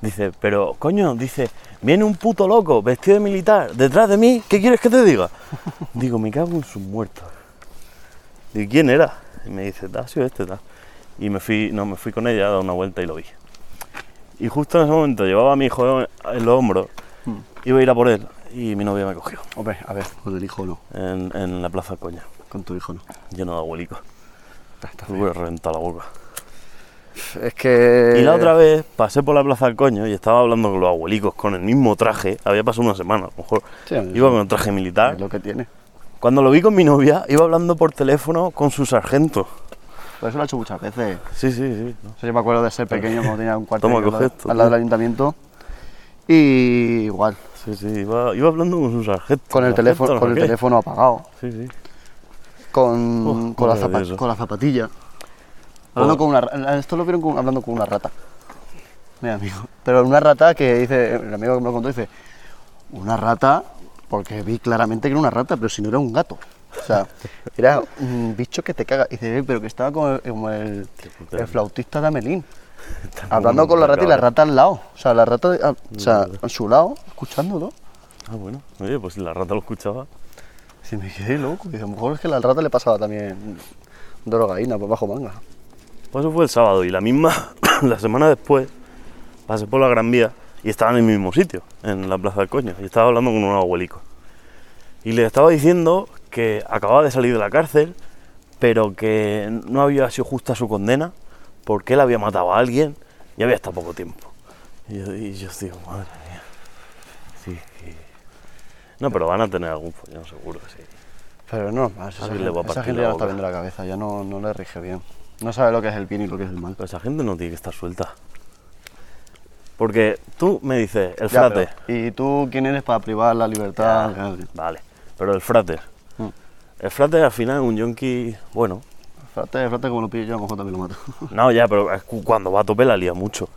Speaker 2: Dice, pero coño, dice, viene un puto loco vestido de militar detrás de mí, ¿qué quieres que te diga? Digo, me cago en sus muertos. Digo, ¿quién era? Y me dice, "Ta, ha sido este, tal. Y me fui, no, me fui con ella a dar una vuelta y lo vi. Y justo en ese momento llevaba a mi hijo en los hombros, iba a ir a por él y mi novia me cogió
Speaker 1: Hombre, a ver, con el hijo no.
Speaker 2: en, en la plaza Coña,
Speaker 1: Con tu hijo no.
Speaker 2: lleno de abuelicos.
Speaker 1: Está- está
Speaker 2: Me
Speaker 1: feo.
Speaker 2: hubiera reventado la boca.
Speaker 1: Es que.
Speaker 2: Y la otra vez pasé por la plaza del coño y estaba hablando con los abuelicos con el mismo traje. Había pasado una semana, a lo mejor.
Speaker 1: Sí,
Speaker 2: Iba con el traje militar.
Speaker 1: Es lo que tiene.
Speaker 2: Cuando lo vi con mi novia, iba hablando por teléfono con su sargento.
Speaker 1: Pero eso lo he hecho muchas veces.
Speaker 2: Sí, sí, sí. ¿no?
Speaker 1: O sea, yo me acuerdo de ser pequeño cuando tenía un cuarto
Speaker 2: Toma,
Speaker 1: al, lado-
Speaker 2: coge esto,
Speaker 1: al lado
Speaker 2: tío.
Speaker 1: del ayuntamiento. Y igual,
Speaker 2: Sí, sí, iba, iba hablando con su sargento.
Speaker 1: con el
Speaker 2: sargento,
Speaker 1: teléfono,
Speaker 2: no
Speaker 1: con el
Speaker 2: sé qué.
Speaker 1: teléfono apagado,
Speaker 2: Sí, sí.
Speaker 1: con,
Speaker 2: Uf,
Speaker 1: con, la, zapa-
Speaker 2: maravilloso.
Speaker 1: con la zapatilla.
Speaker 2: Oh.
Speaker 1: Hablando con una ra- esto lo vieron con- hablando con una rata. Mi amigo. Pero una rata que dice, el amigo que me lo contó dice, una rata, porque vi claramente que era una rata, pero si no era un gato. O sea, era un bicho que te caga. Y dice, "Eh, pero que estaba como el, como el-
Speaker 2: puta
Speaker 1: el flautista de Amelín.
Speaker 2: Está
Speaker 1: Hablando
Speaker 2: muy
Speaker 1: con la rata y la
Speaker 2: macabro.
Speaker 1: rata al lado. O sea, la rata de- a, o sea, a su lado, escuchándolo.
Speaker 2: Ah, bueno. Oye, pues si la rata lo escuchaba.
Speaker 1: Y me quedé loco. Y a lo mejor es que a la rata le pasaba también drogaína por bajo manga.
Speaker 2: Pues eso fue el sábado y la misma, la semana después, pasé por la Gran Vía y estaba en el mismo sitio, en la Plaza del Coño, y estaba hablando con un abuelico. Y le estaba diciendo que acababa de salir de la cárcel, pero que no había sido justa su condena, porque él había matado a alguien y había estado poco tiempo. Y yo, y yo digo, madre mía. Sí, sí. No, pero van a tener algún follón seguro, sí.
Speaker 1: Pero es normal. Esa
Speaker 2: Alguien
Speaker 1: gente,
Speaker 2: le va a
Speaker 1: esa
Speaker 2: partir
Speaker 1: gente ya
Speaker 2: la
Speaker 1: no está
Speaker 2: boca.
Speaker 1: viendo la cabeza, ya no, no le rige bien. No sabe lo que es el bien y lo que es el mal.
Speaker 2: Pero esa gente no tiene que estar suelta. Porque tú me dices, el
Speaker 1: Ya,
Speaker 2: frate.
Speaker 1: pero, ¿Y tú quién eres para privar la libertad?
Speaker 2: Ah,
Speaker 1: El
Speaker 2: Vale, pero el frater.
Speaker 1: Mm.
Speaker 2: El frater al final es un yonki, bueno,
Speaker 1: Frate, frate, como lo pillo yo, a lo mejor también lo mato.
Speaker 2: no ya, pero es cu- cuando va a tope la lía mucho.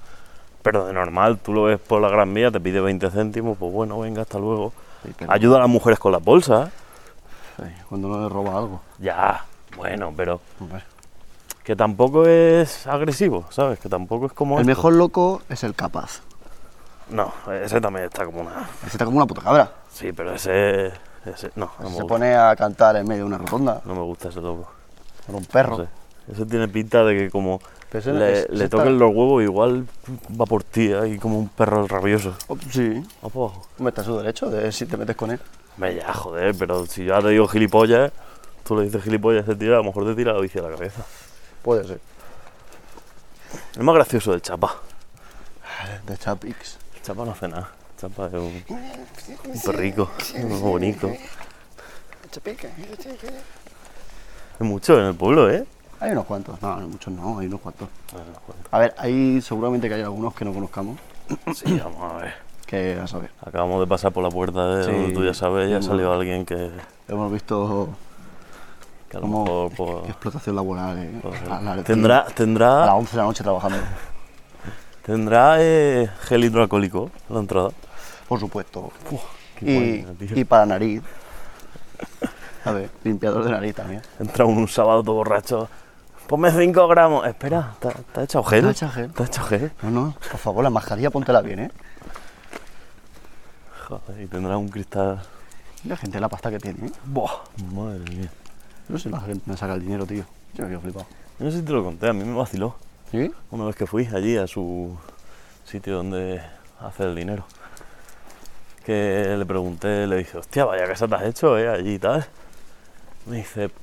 Speaker 2: Pero de normal, tú lo ves por la Gran Vía, te pide 20 céntimos, pues bueno, venga, hasta luego.
Speaker 1: Sí, pero-
Speaker 2: Ayuda a las mujeres con las bolsas,
Speaker 1: Sí, Cuando no le roba algo.
Speaker 2: ya, bueno, pero
Speaker 1: Hombre.
Speaker 2: que tampoco es agresivo, ¿sabes? Que tampoco es como...
Speaker 1: El
Speaker 2: esto.
Speaker 1: mejor loco es el capaz.
Speaker 2: No, ese también está como una...
Speaker 1: Ese está como una puta cabra.
Speaker 2: Sí, pero ese... ese- no, no me,
Speaker 1: Se
Speaker 2: gusta,
Speaker 1: pone a cantar en medio de una rotonda.
Speaker 2: no me gusta ese loco.
Speaker 1: Con un
Speaker 2: No
Speaker 1: perro.
Speaker 2: sé. Eso tiene pinta de que como
Speaker 1: Pero ese-
Speaker 2: le,
Speaker 1: ese-
Speaker 2: le
Speaker 1: ese
Speaker 2: toquen
Speaker 1: está-
Speaker 2: los huevos igual va por ti ahí como un perro rabioso.
Speaker 1: Oh, Sí.
Speaker 2: Va por abajo.
Speaker 1: Hombre, está en su derecho de si te metes con él.
Speaker 2: Me ya, joder, pero si yo ahora te digo gilipollas, tú le dices gilipollas, se tira, a lo mejor te tira la bici a la cabeza.
Speaker 1: Puede ser.
Speaker 2: Es más gracioso del chapa. Ah,
Speaker 1: De Chapix.
Speaker 2: El chapa no hace nada. El chapa es un, un perrico, es bonito. Hay mucho en el pueblo, ¿eh?
Speaker 1: Hay unos cuantos. No, no, muchos no, hay unos cuantos.
Speaker 2: No nos cuento.
Speaker 1: A ver, ahí seguramente que hay algunos que no conozcamos.
Speaker 2: Sí, vamos a ver.
Speaker 1: Que a saber.
Speaker 2: Acabamos de pasar por la puerta de
Speaker 1: Sí.
Speaker 2: donde tú ya sabes, ya salió alguien que,
Speaker 1: Hemos visto
Speaker 2: que a lo
Speaker 1: Como-
Speaker 2: mejor
Speaker 1: qué
Speaker 2: pues,
Speaker 1: explotación laboral. eh. A la-
Speaker 2: Ah, tendrá,
Speaker 1: A
Speaker 2: tendrá
Speaker 1: las 11 de la noche trabajando.
Speaker 2: Tendrá eh, gel hidroalcohólico la entrada.
Speaker 1: Por supuesto.
Speaker 2: qué
Speaker 1: Y,
Speaker 2: buena, tío.
Speaker 1: y para nariz. A ver, limpiador de nariz también.
Speaker 2: Entra un sábado todo borracho. Ponme 5 gramos. Espera, ¿te, te has echado gel?
Speaker 1: ¿Te has echado gel?
Speaker 2: ¿Te has echado gel?
Speaker 1: No, no, por favor, la mascarilla póntela bien, ¿eh?
Speaker 2: Joder, y tendrá un cristal.
Speaker 1: La gente la pasta que tiene, ¿eh?
Speaker 2: Buah, madre mía.
Speaker 1: No sé la gente me saca el dinero, tío. Yo me quedo flipado.
Speaker 2: Yo no sé si te lo conté, a mí me vaciló.
Speaker 1: ¿Sí?
Speaker 2: Una vez que fui allí a su sitio donde hace el dinero. Que le pregunté, le dije, hostia, vaya casa te has hecho, eh, allí y tal. Me dice, "Pff".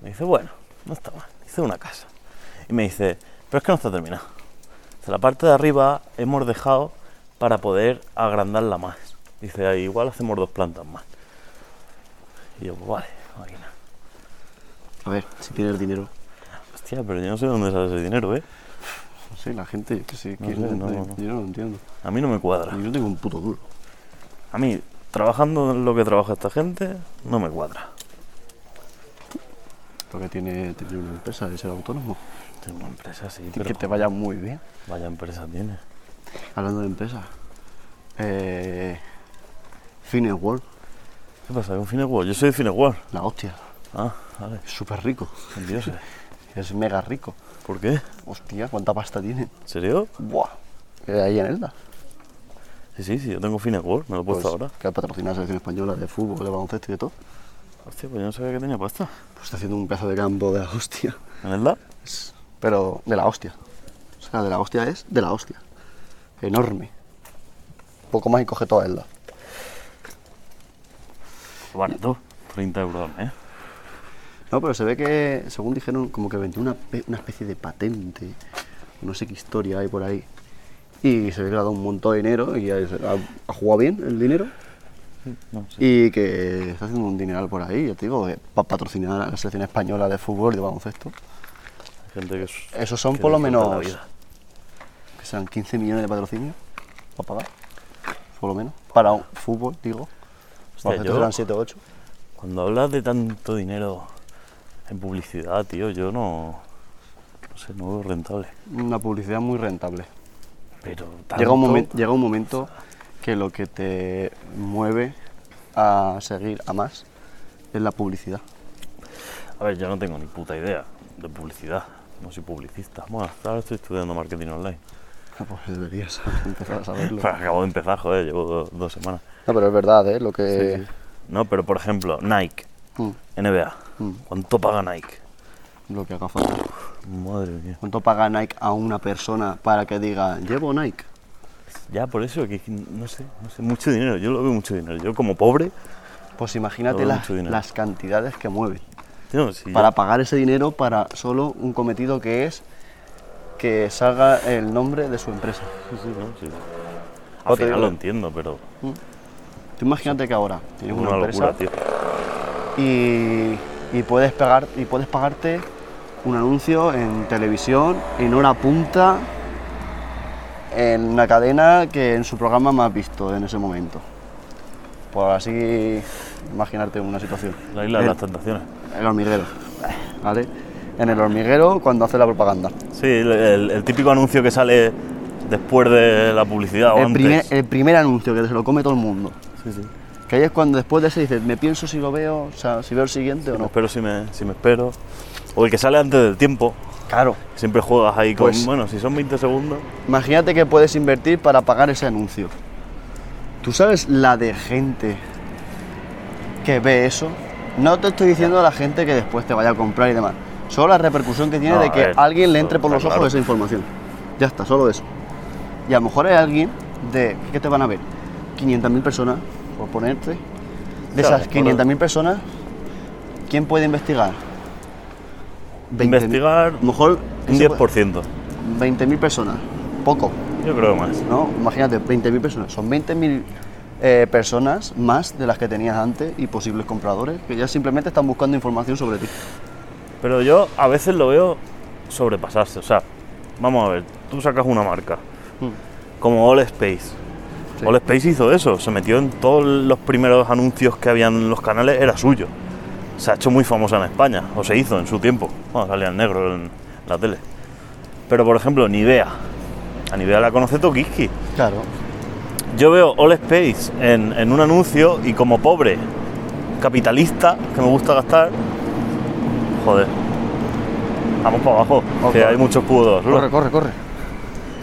Speaker 2: me dice, bueno, no está mal, hice una casa. Y me dice, pero es que no está terminada. Dice, la parte de arriba hemos dejado para poder agrandarla más. Dice, "Ahí igual hacemos dos plantas más. Y yo, pues vale, máquina.
Speaker 1: A ver, si tienes dinero.
Speaker 2: Hostia, pero yo no sé de dónde sale ese dinero, eh.
Speaker 1: No sé, la gente, yo qué sé,
Speaker 2: No
Speaker 1: que
Speaker 2: sé, no, no.
Speaker 1: yo no lo entiendo.
Speaker 2: A mí no me cuadra.
Speaker 1: Yo no tengo un puto duro.
Speaker 2: A mí, trabajando en lo que trabaja esta gente, no me cuadra.
Speaker 1: Porque tiene, tiene una empresa de ser autónomo.
Speaker 2: Tengo una empresa, sí,
Speaker 1: que
Speaker 2: pero
Speaker 1: te vaya muy bien.
Speaker 2: vaya empresa tiene.
Speaker 1: Hablando de empresas. Eh, World,
Speaker 2: ¿Qué pasa? ¿Un Finewar? Yo soy de Finewar.
Speaker 1: la hostia.
Speaker 2: Ah, vale.
Speaker 1: Es súper rico.
Speaker 2: son dioses.
Speaker 1: Es mega rico.
Speaker 2: ¿Por qué?
Speaker 1: Hostia, cuánta pasta tiene.
Speaker 2: ¿En serio?
Speaker 1: Buah. Eh, Ahí en Elda.
Speaker 2: Sí, sí, sí, yo tengo Finewar, me lo he
Speaker 1: Pues,
Speaker 2: puesto ahora.
Speaker 1: Que patrocina la selección española de fútbol, de baloncesto y de todo.
Speaker 2: Hostia, pues yo no sabía que tenía pasta.
Speaker 1: Pues está haciendo un pedazo de campo de la hostia.
Speaker 2: ¿En el DAP?
Speaker 1: Es- Pero de la hostia. O sea, de la hostia es de la hostia. Enorme. Poco más y coge toda Elda.
Speaker 2: Barato. 30 euros al mes.
Speaker 1: No, pero se ve que, según dijeron, como que vendió una, pe- una especie de patente, no sé qué historia hay por ahí. Y se ve que le ha dado un montón de dinero y ha, ha jugado bien el dinero.
Speaker 2: No sé.
Speaker 1: Y que está haciendo un dineral por ahí, yo te digo, para patrocinar a la selección española de fútbol y de baloncesto.
Speaker 2: Gente que es-
Speaker 1: Esos son
Speaker 2: que
Speaker 1: por lo
Speaker 2: disfruta la
Speaker 1: menos
Speaker 2: vida.
Speaker 1: que sean 15 millones de patrocinio para pagar, por lo menos. Para un fútbol, digo.
Speaker 2: Hostia,
Speaker 1: Baloncesto
Speaker 2: yo-
Speaker 1: serán 7 o 8.
Speaker 2: Cuando hablas de tanto dinero en publicidad, tío, yo no. No sé, no veo rentable.
Speaker 1: Una publicidad muy rentable.
Speaker 2: Pero tanto,
Speaker 1: Llega un, momen- llega un momento que lo que te mueve a seguir a más es la publicidad.
Speaker 2: A ver, yo no tengo ni puta idea de publicidad. No soy publicista. Bueno, ahora estoy estudiando marketing online.
Speaker 1: Pues deberías empezar a saberlo.
Speaker 2: Acabo de empezar, joder, llevo do- dos semanas.
Speaker 1: No, pero es verdad, ¿eh? Lo que...
Speaker 2: No, pero por ejemplo, Nike,
Speaker 1: Mm,
Speaker 2: NBA.
Speaker 1: Mm.
Speaker 2: ¿Cuánto paga Nike?
Speaker 1: lo que haga falta.
Speaker 2: Madre mía.
Speaker 1: ¿Cuánto paga Nike a una persona para que diga, llevo Nike?
Speaker 2: Ya por eso, que no sé, no sé, mucho dinero. Yo lo veo mucho dinero. Yo como pobre,
Speaker 1: Pues imagínate
Speaker 2: Todo
Speaker 1: las-
Speaker 2: mucho dinero.
Speaker 1: las cantidades que mueve.
Speaker 2: tío, si yo-
Speaker 1: para pagar ese dinero para solo un cometido que es que salga el nombre de su empresa.
Speaker 2: Sí, sí, no, sí.
Speaker 1: O
Speaker 2: Al
Speaker 1: te
Speaker 2: final
Speaker 1: digo-
Speaker 2: lo entiendo, pero
Speaker 1: Tú imagínate que ahora tienes una,
Speaker 2: una
Speaker 1: empresa
Speaker 2: locura, tío.
Speaker 1: y, y puedes pagar y puedes pagarte un anuncio en televisión en hora punta en una cadena que en su programa más visto en ese momento. Por así imaginarte una situación.
Speaker 2: La isla
Speaker 1: Eh,
Speaker 2: de las tentaciones.
Speaker 1: El hormiguero. ¿Vale? En el hormiguero cuando hace la propaganda.
Speaker 2: Sí, el, el- el típico anuncio que sale después de la publicidad o
Speaker 1: El
Speaker 2: antes.
Speaker 1: primer, el primer anuncio que se lo come todo el mundo.
Speaker 2: Sí, sí.
Speaker 1: Que ahí es cuando después de ese dices, me pienso si lo veo, o sea, si veo el siguiente o
Speaker 2: Me
Speaker 1: no.
Speaker 2: espero si me, si me espero. O el que sale antes del tiempo.
Speaker 1: Claro.
Speaker 2: Siempre juegas ahí con.
Speaker 1: Pues-
Speaker 2: bueno, si son 20 segundos.
Speaker 1: Imagínate que puedes invertir para pagar ese anuncio. ¿Tú sabes la de gente que ve eso? No te estoy diciendo la gente que después te vaya a comprar y demás. Solo la repercusión que tiene
Speaker 2: No,
Speaker 1: de
Speaker 2: a
Speaker 1: que
Speaker 2: ver,
Speaker 1: alguien le
Speaker 2: eso
Speaker 1: entre por
Speaker 2: está
Speaker 1: los ojos
Speaker 2: claro.
Speaker 1: esa información. Ya está, solo eso. Y a lo mejor hay alguien de. ¿Qué te van a ver? 500.000 personas, por ponerte. De
Speaker 2: Claro,
Speaker 1: esas
Speaker 2: por-
Speaker 1: 500.000 personas, ¿quién puede investigar? 20.000.
Speaker 2: Investigar
Speaker 1: A lo mejor. ¿qué
Speaker 2: un
Speaker 1: se puede?
Speaker 2: 10%.
Speaker 1: 20.000 personas. Poco.
Speaker 2: Yo creo que más.
Speaker 1: ¿no? Imagínate, 20.000 personas. Son 20.000 eh, personas más de las que tenías antes y posibles compradores que ya simplemente están buscando información sobre ti.
Speaker 2: Pero yo a veces lo veo sobrepasarse. O sea, vamos a ver, tú sacas una marca como All Space.
Speaker 1: Sí.
Speaker 2: All Space hizo eso, se metió en todos los primeros anuncios que habían en los canales, era suyo. Se ha hecho muy famosa en España, o se hizo en su tiempo, cuando salía el negro en la tele. Pero por ejemplo, Nivea. A Nivea la conoce Tokiski.
Speaker 1: Claro.
Speaker 2: Yo veo All Space en, en un anuncio y como pobre capitalista que me gusta gastar, joder, vamos para abajo,
Speaker 1: Ojo.
Speaker 2: que hay muchos cubos de basura.
Speaker 1: Corre, corre, corre.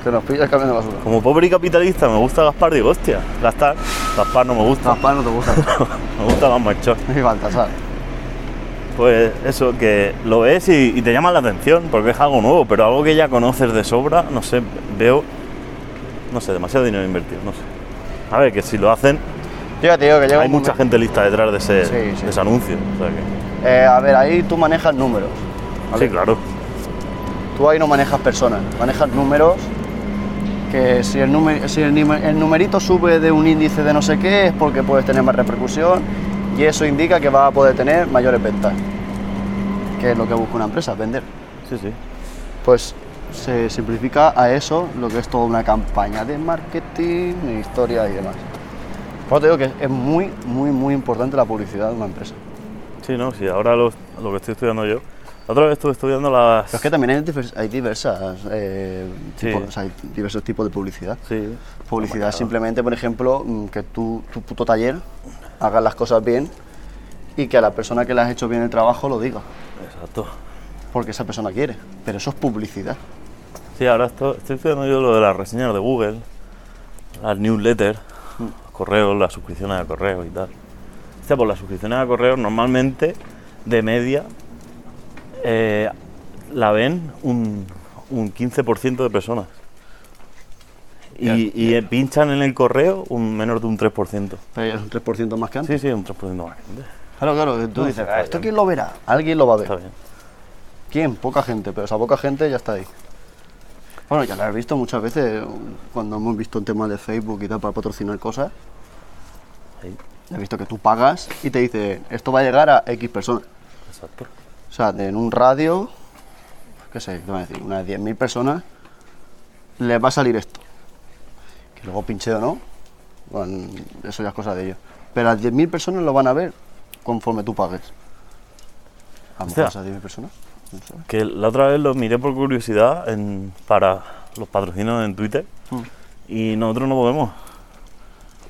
Speaker 1: Que nos pillas cambiando de basura.
Speaker 2: Como pobre y capitalista me gusta Gaspar, digo, hostia, gastar, Gaspar no me gusta,
Speaker 1: Gaspar no te gusta.
Speaker 2: me gusta más macho.
Speaker 1: Y Baltasar.
Speaker 2: Pues eso, que lo ves y, y te llama la atención, porque es algo nuevo, pero algo que ya conoces de sobra, no sé, veo, no sé, demasiado dinero invertido, no sé. A ver, que si lo hacen,
Speaker 1: Yo ya te digo que llega
Speaker 2: hay
Speaker 1: un
Speaker 2: mucha
Speaker 1: momento-
Speaker 2: gente lista detrás de ese,
Speaker 1: Sí, sí.
Speaker 2: de ese anuncio. o sea que-
Speaker 1: Eh, a ver, ahí tú manejas números.
Speaker 2: sí, claro.
Speaker 1: Tú ahí no manejas personas, manejas números. Que si, el, nume- si el, nime- el numerito sube de un índice de no sé qué es porque puedes tener más repercusión y eso indica que vas a poder tener mayores ventas. Que es lo que busca una empresa, vender.
Speaker 2: Sí, sí.
Speaker 1: Pues se simplifica a eso lo que es toda una campaña de marketing, historia y demás. Por eso te digo que es muy, muy, muy importante la publicidad de una empresa.
Speaker 2: Sí, no, sí, ahora lo, lo que estoy estudiando yo. La otra vez estuve estudiando las.
Speaker 1: Pero es que también hay, divers- hay diversas, eh,
Speaker 2: Sí.
Speaker 1: tipos- o sea, hay diversos tipos de publicidad.
Speaker 2: Sí.
Speaker 1: Publicidad simplemente, por ejemplo, mm, que tú, tu puto taller hagas las cosas bien y que a la persona que le has hecho bien el trabajo lo diga,
Speaker 2: Exacto.
Speaker 1: porque esa persona quiere. Pero eso es publicidad.
Speaker 2: Sí, ahora esto- estoy estudiando yo lo de las reseñas de Google, las newsletters, los correos, las suscripciones a correos y tal. O sea, pues las suscripciones a correos normalmente, de media, eh, la ven un, un 15% de personas. Y, y, eh, pinchan en el correo un menor de un 3%.
Speaker 1: Pero ya es un 3% más que antes. ah,
Speaker 2: Sí, sí, un 3% más. grande.
Speaker 1: Claro, claro, tú
Speaker 2: No,
Speaker 1: dices,
Speaker 2: está
Speaker 1: ¿esto
Speaker 2: bien.
Speaker 1: quién lo verá? Alguien lo va a ver.
Speaker 2: Está bien.
Speaker 1: ¿Quién? Poca gente, pero esa poca gente ya está ahí. Bueno, ya la he visto muchas veces um, cuando hemos visto en temas de Facebook y tal para patrocinar cosas.
Speaker 2: Ahí,
Speaker 1: He visto que tú pagas y te dice, esto va a llegar a X personas.
Speaker 2: exacto.
Speaker 1: O sea, de- en un radio, qué sé, te van a decir, unas 10.000 personas, les va a salir esto. Que luego pinche o no, bueno, eso ya es cosa de ellos. Pero las 10.000 personas lo van a ver conforme tú pagues. A lo mejor
Speaker 2: Hostia.
Speaker 1: esas 10.000 personas. no sé.
Speaker 2: Que la otra vez lo miré por curiosidad en- para los patrocinios en Twitter
Speaker 1: Mm.
Speaker 2: y nosotros no podemos.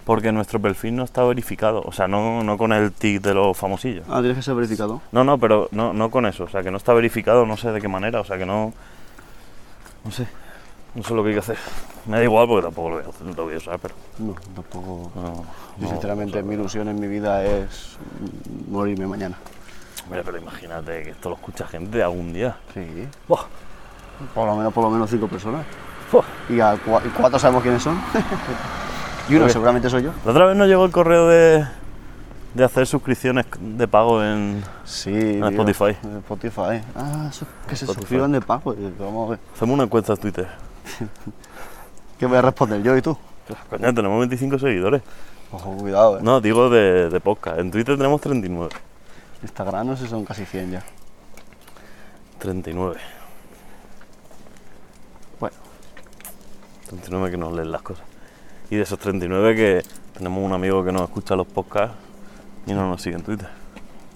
Speaker 2: Porque nuestro perfil no está verificado. O sea, no, no con el tic de los famosillos.
Speaker 1: Ah, tienes que ser verificado.
Speaker 2: No, no, pero no, no con eso. O sea, que no está verificado, no sé de qué manera. O sea, que no. No sé. No sé lo que hay que hacer. Me da igual porque tampoco lo voy a, hacer, lo voy a usar, pero.
Speaker 1: No, tampoco.
Speaker 2: No,
Speaker 1: Yo,
Speaker 2: no,
Speaker 1: sinceramente, mi ilusión en mi vida es mm, morirme mañana.
Speaker 2: hombre, pero imagínate que esto lo escucha gente algún día.
Speaker 1: Sí.
Speaker 2: Buah,
Speaker 1: Por lo menos, por lo menos cinco personas.
Speaker 2: buah.
Speaker 1: Y, a cua- y cuatro sabemos quiénes son. y uno seguramente soy yo.
Speaker 2: La otra vez nos llegó el correo de, de hacer suscripciones de pago en.
Speaker 1: Sí. tío.
Speaker 2: Spotify.
Speaker 1: En Spotify. Ah, eso- que se
Speaker 2: Spotify.
Speaker 1: suscriban de pago. Y Vamos a ver.
Speaker 2: Hacemos una encuesta en Twitter.
Speaker 1: ¿Qué voy a responder yo y tú?
Speaker 2: Coño, tenemos 25 seguidores.
Speaker 1: Ojo, cuidado, eh.
Speaker 2: No, digo de, de podcast. En Twitter tenemos 39.
Speaker 1: Instagram no sé, son casi 100 ya.
Speaker 2: 39.
Speaker 1: Bueno,
Speaker 2: 39 que nos leen las cosas. Y de esos 39 que tenemos un amigo que nos escucha los podcasts y no nos sigue en Twitter.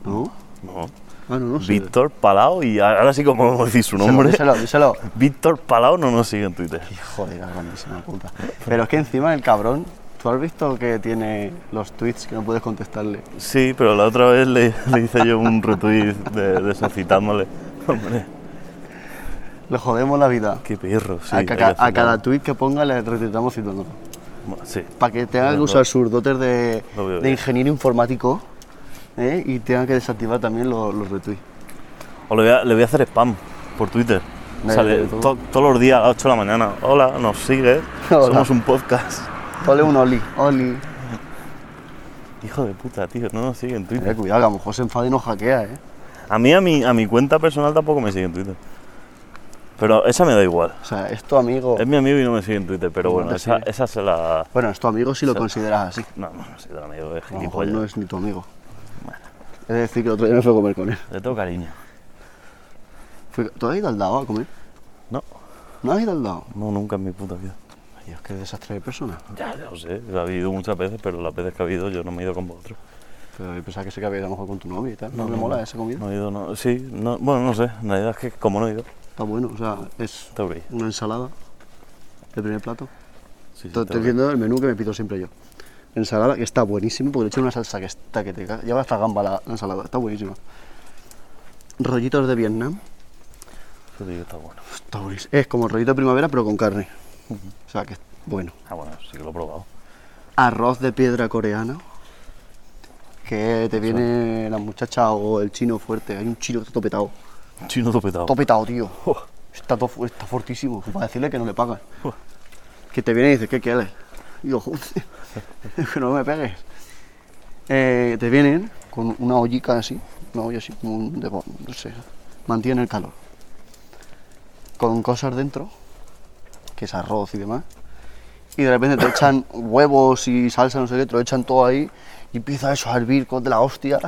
Speaker 1: ¿no?
Speaker 2: No.
Speaker 1: Ah, no, no sé.
Speaker 2: Víctor Palau, y a- ahora sí como vamos a decir su
Speaker 1: Díselo,
Speaker 2: nombre.
Speaker 1: Díselo, díselo.
Speaker 2: Víctor Palau no nos sigue en Twitter.
Speaker 1: Hijo de la grandísima puta. Pero es que encima el cabrón, ¿tú has visto que tiene los tweets que no puedes contestarle?
Speaker 2: Sí, pero la otra vez le, le hice yo un retweet de, de eso, citándole. Hombre,
Speaker 1: Le jodemos la vida.
Speaker 2: qué perro. Sí,
Speaker 1: a,
Speaker 2: hay
Speaker 1: Ah, ca-
Speaker 2: que
Speaker 1: a
Speaker 2: hacerlo.
Speaker 1: cada tweet que ponga le retratamos citándolo.
Speaker 2: Sí,
Speaker 1: Para que tenga que
Speaker 2: Lo-
Speaker 1: usar sus dotes de,
Speaker 2: lo veo
Speaker 1: de
Speaker 2: bien.
Speaker 1: ingeniero informático ¿eh? y tenga que desactivar también los, los retweets.
Speaker 2: O le voy, a, le voy a hacer spam por Twitter.
Speaker 1: Dale,
Speaker 2: Sale
Speaker 1: dale, tú.
Speaker 2: to- todos los días a las 8 de la mañana. Hola, nos sigues.
Speaker 1: Hola.
Speaker 2: Somos un podcast.
Speaker 1: Ponle un oli, oli.
Speaker 2: Hijo de puta, tío, no nos sigue en Twitter.
Speaker 1: Eh, cuidado, que a lo mejor se enfada y nos hackea, ¿eh?
Speaker 2: A mí, a mi, a mi cuenta personal tampoco me sigue en Twitter. Pero esa me da igual.
Speaker 1: O sea, es tu amigo.
Speaker 2: Es mi amigo y no me sigue en Twitter, pero
Speaker 1: Oh. No
Speaker 2: bueno,
Speaker 1: te
Speaker 2: esa,
Speaker 1: sigue.
Speaker 2: esa se la.
Speaker 1: Bueno, es tu amigo si lo consideras así.
Speaker 2: No, no, no soy tan amigo, es
Speaker 1: A lo mejor
Speaker 2: gilipollas.
Speaker 1: no es ni tu amigo. Es decir, que el otro día me fui a comer con él.
Speaker 2: Le tengo cariño.
Speaker 1: Fui- ¿Tú has ido al dado a comer?
Speaker 2: No,
Speaker 1: ¿No has ido al dado?
Speaker 2: no, nunca en mi puta vida.
Speaker 1: Ay, Dios, qué desastre de persona.
Speaker 2: Ya, ya lo sé, ha habido muchas veces, pero las veces que ha habido yo no me he ido con vosotros.
Speaker 1: Pero yo pensaba que se que había ido a lo mejor con tu novia y tal. ¿No,
Speaker 2: me
Speaker 1: me mola esa comida?
Speaker 2: No he ido, no. Sí, no, bueno, no sé. En realidad es que como no he ido,
Speaker 1: Está bueno, o sea, es
Speaker 2: te abrí.
Speaker 1: una ensalada, el primer plato.
Speaker 2: Sí, sí,
Speaker 1: Te
Speaker 2: te
Speaker 1: estoy
Speaker 2: abrí.
Speaker 1: diciendo el menú que me pido siempre yo. Ensalada que está buenísimo porque le echo una salsa que está que te caga- lleva hasta gamba la, la ensalada, está buenísima. Rollitos de Vietnam,
Speaker 2: Te digo, está bueno.
Speaker 1: está buenísimo. Es como rollito de primavera pero con carne. O sea que es bueno.
Speaker 2: Ah, bueno, sí que lo he probado.
Speaker 1: Arroz de piedra coreana. Que te viene la muchacha o el chino fuerte. Hay un chino que está topetado.
Speaker 2: Chino topetado.
Speaker 1: Topetado, tío. Está, to- está fortísimo. Para decirle que no le pagan. Que te viene y dice, ¿qué quieres? Y yo, "Joder, que no me pegues. Eh, te vienen con una ollica así, una olla así, como un, de- no sé, mantiene el calor. Con cosas dentro, que es arroz y demás. Y de repente te echan huevos y salsa, no sé qué, te lo echan todo ahí. Y empieza eso a hervir con de la hostia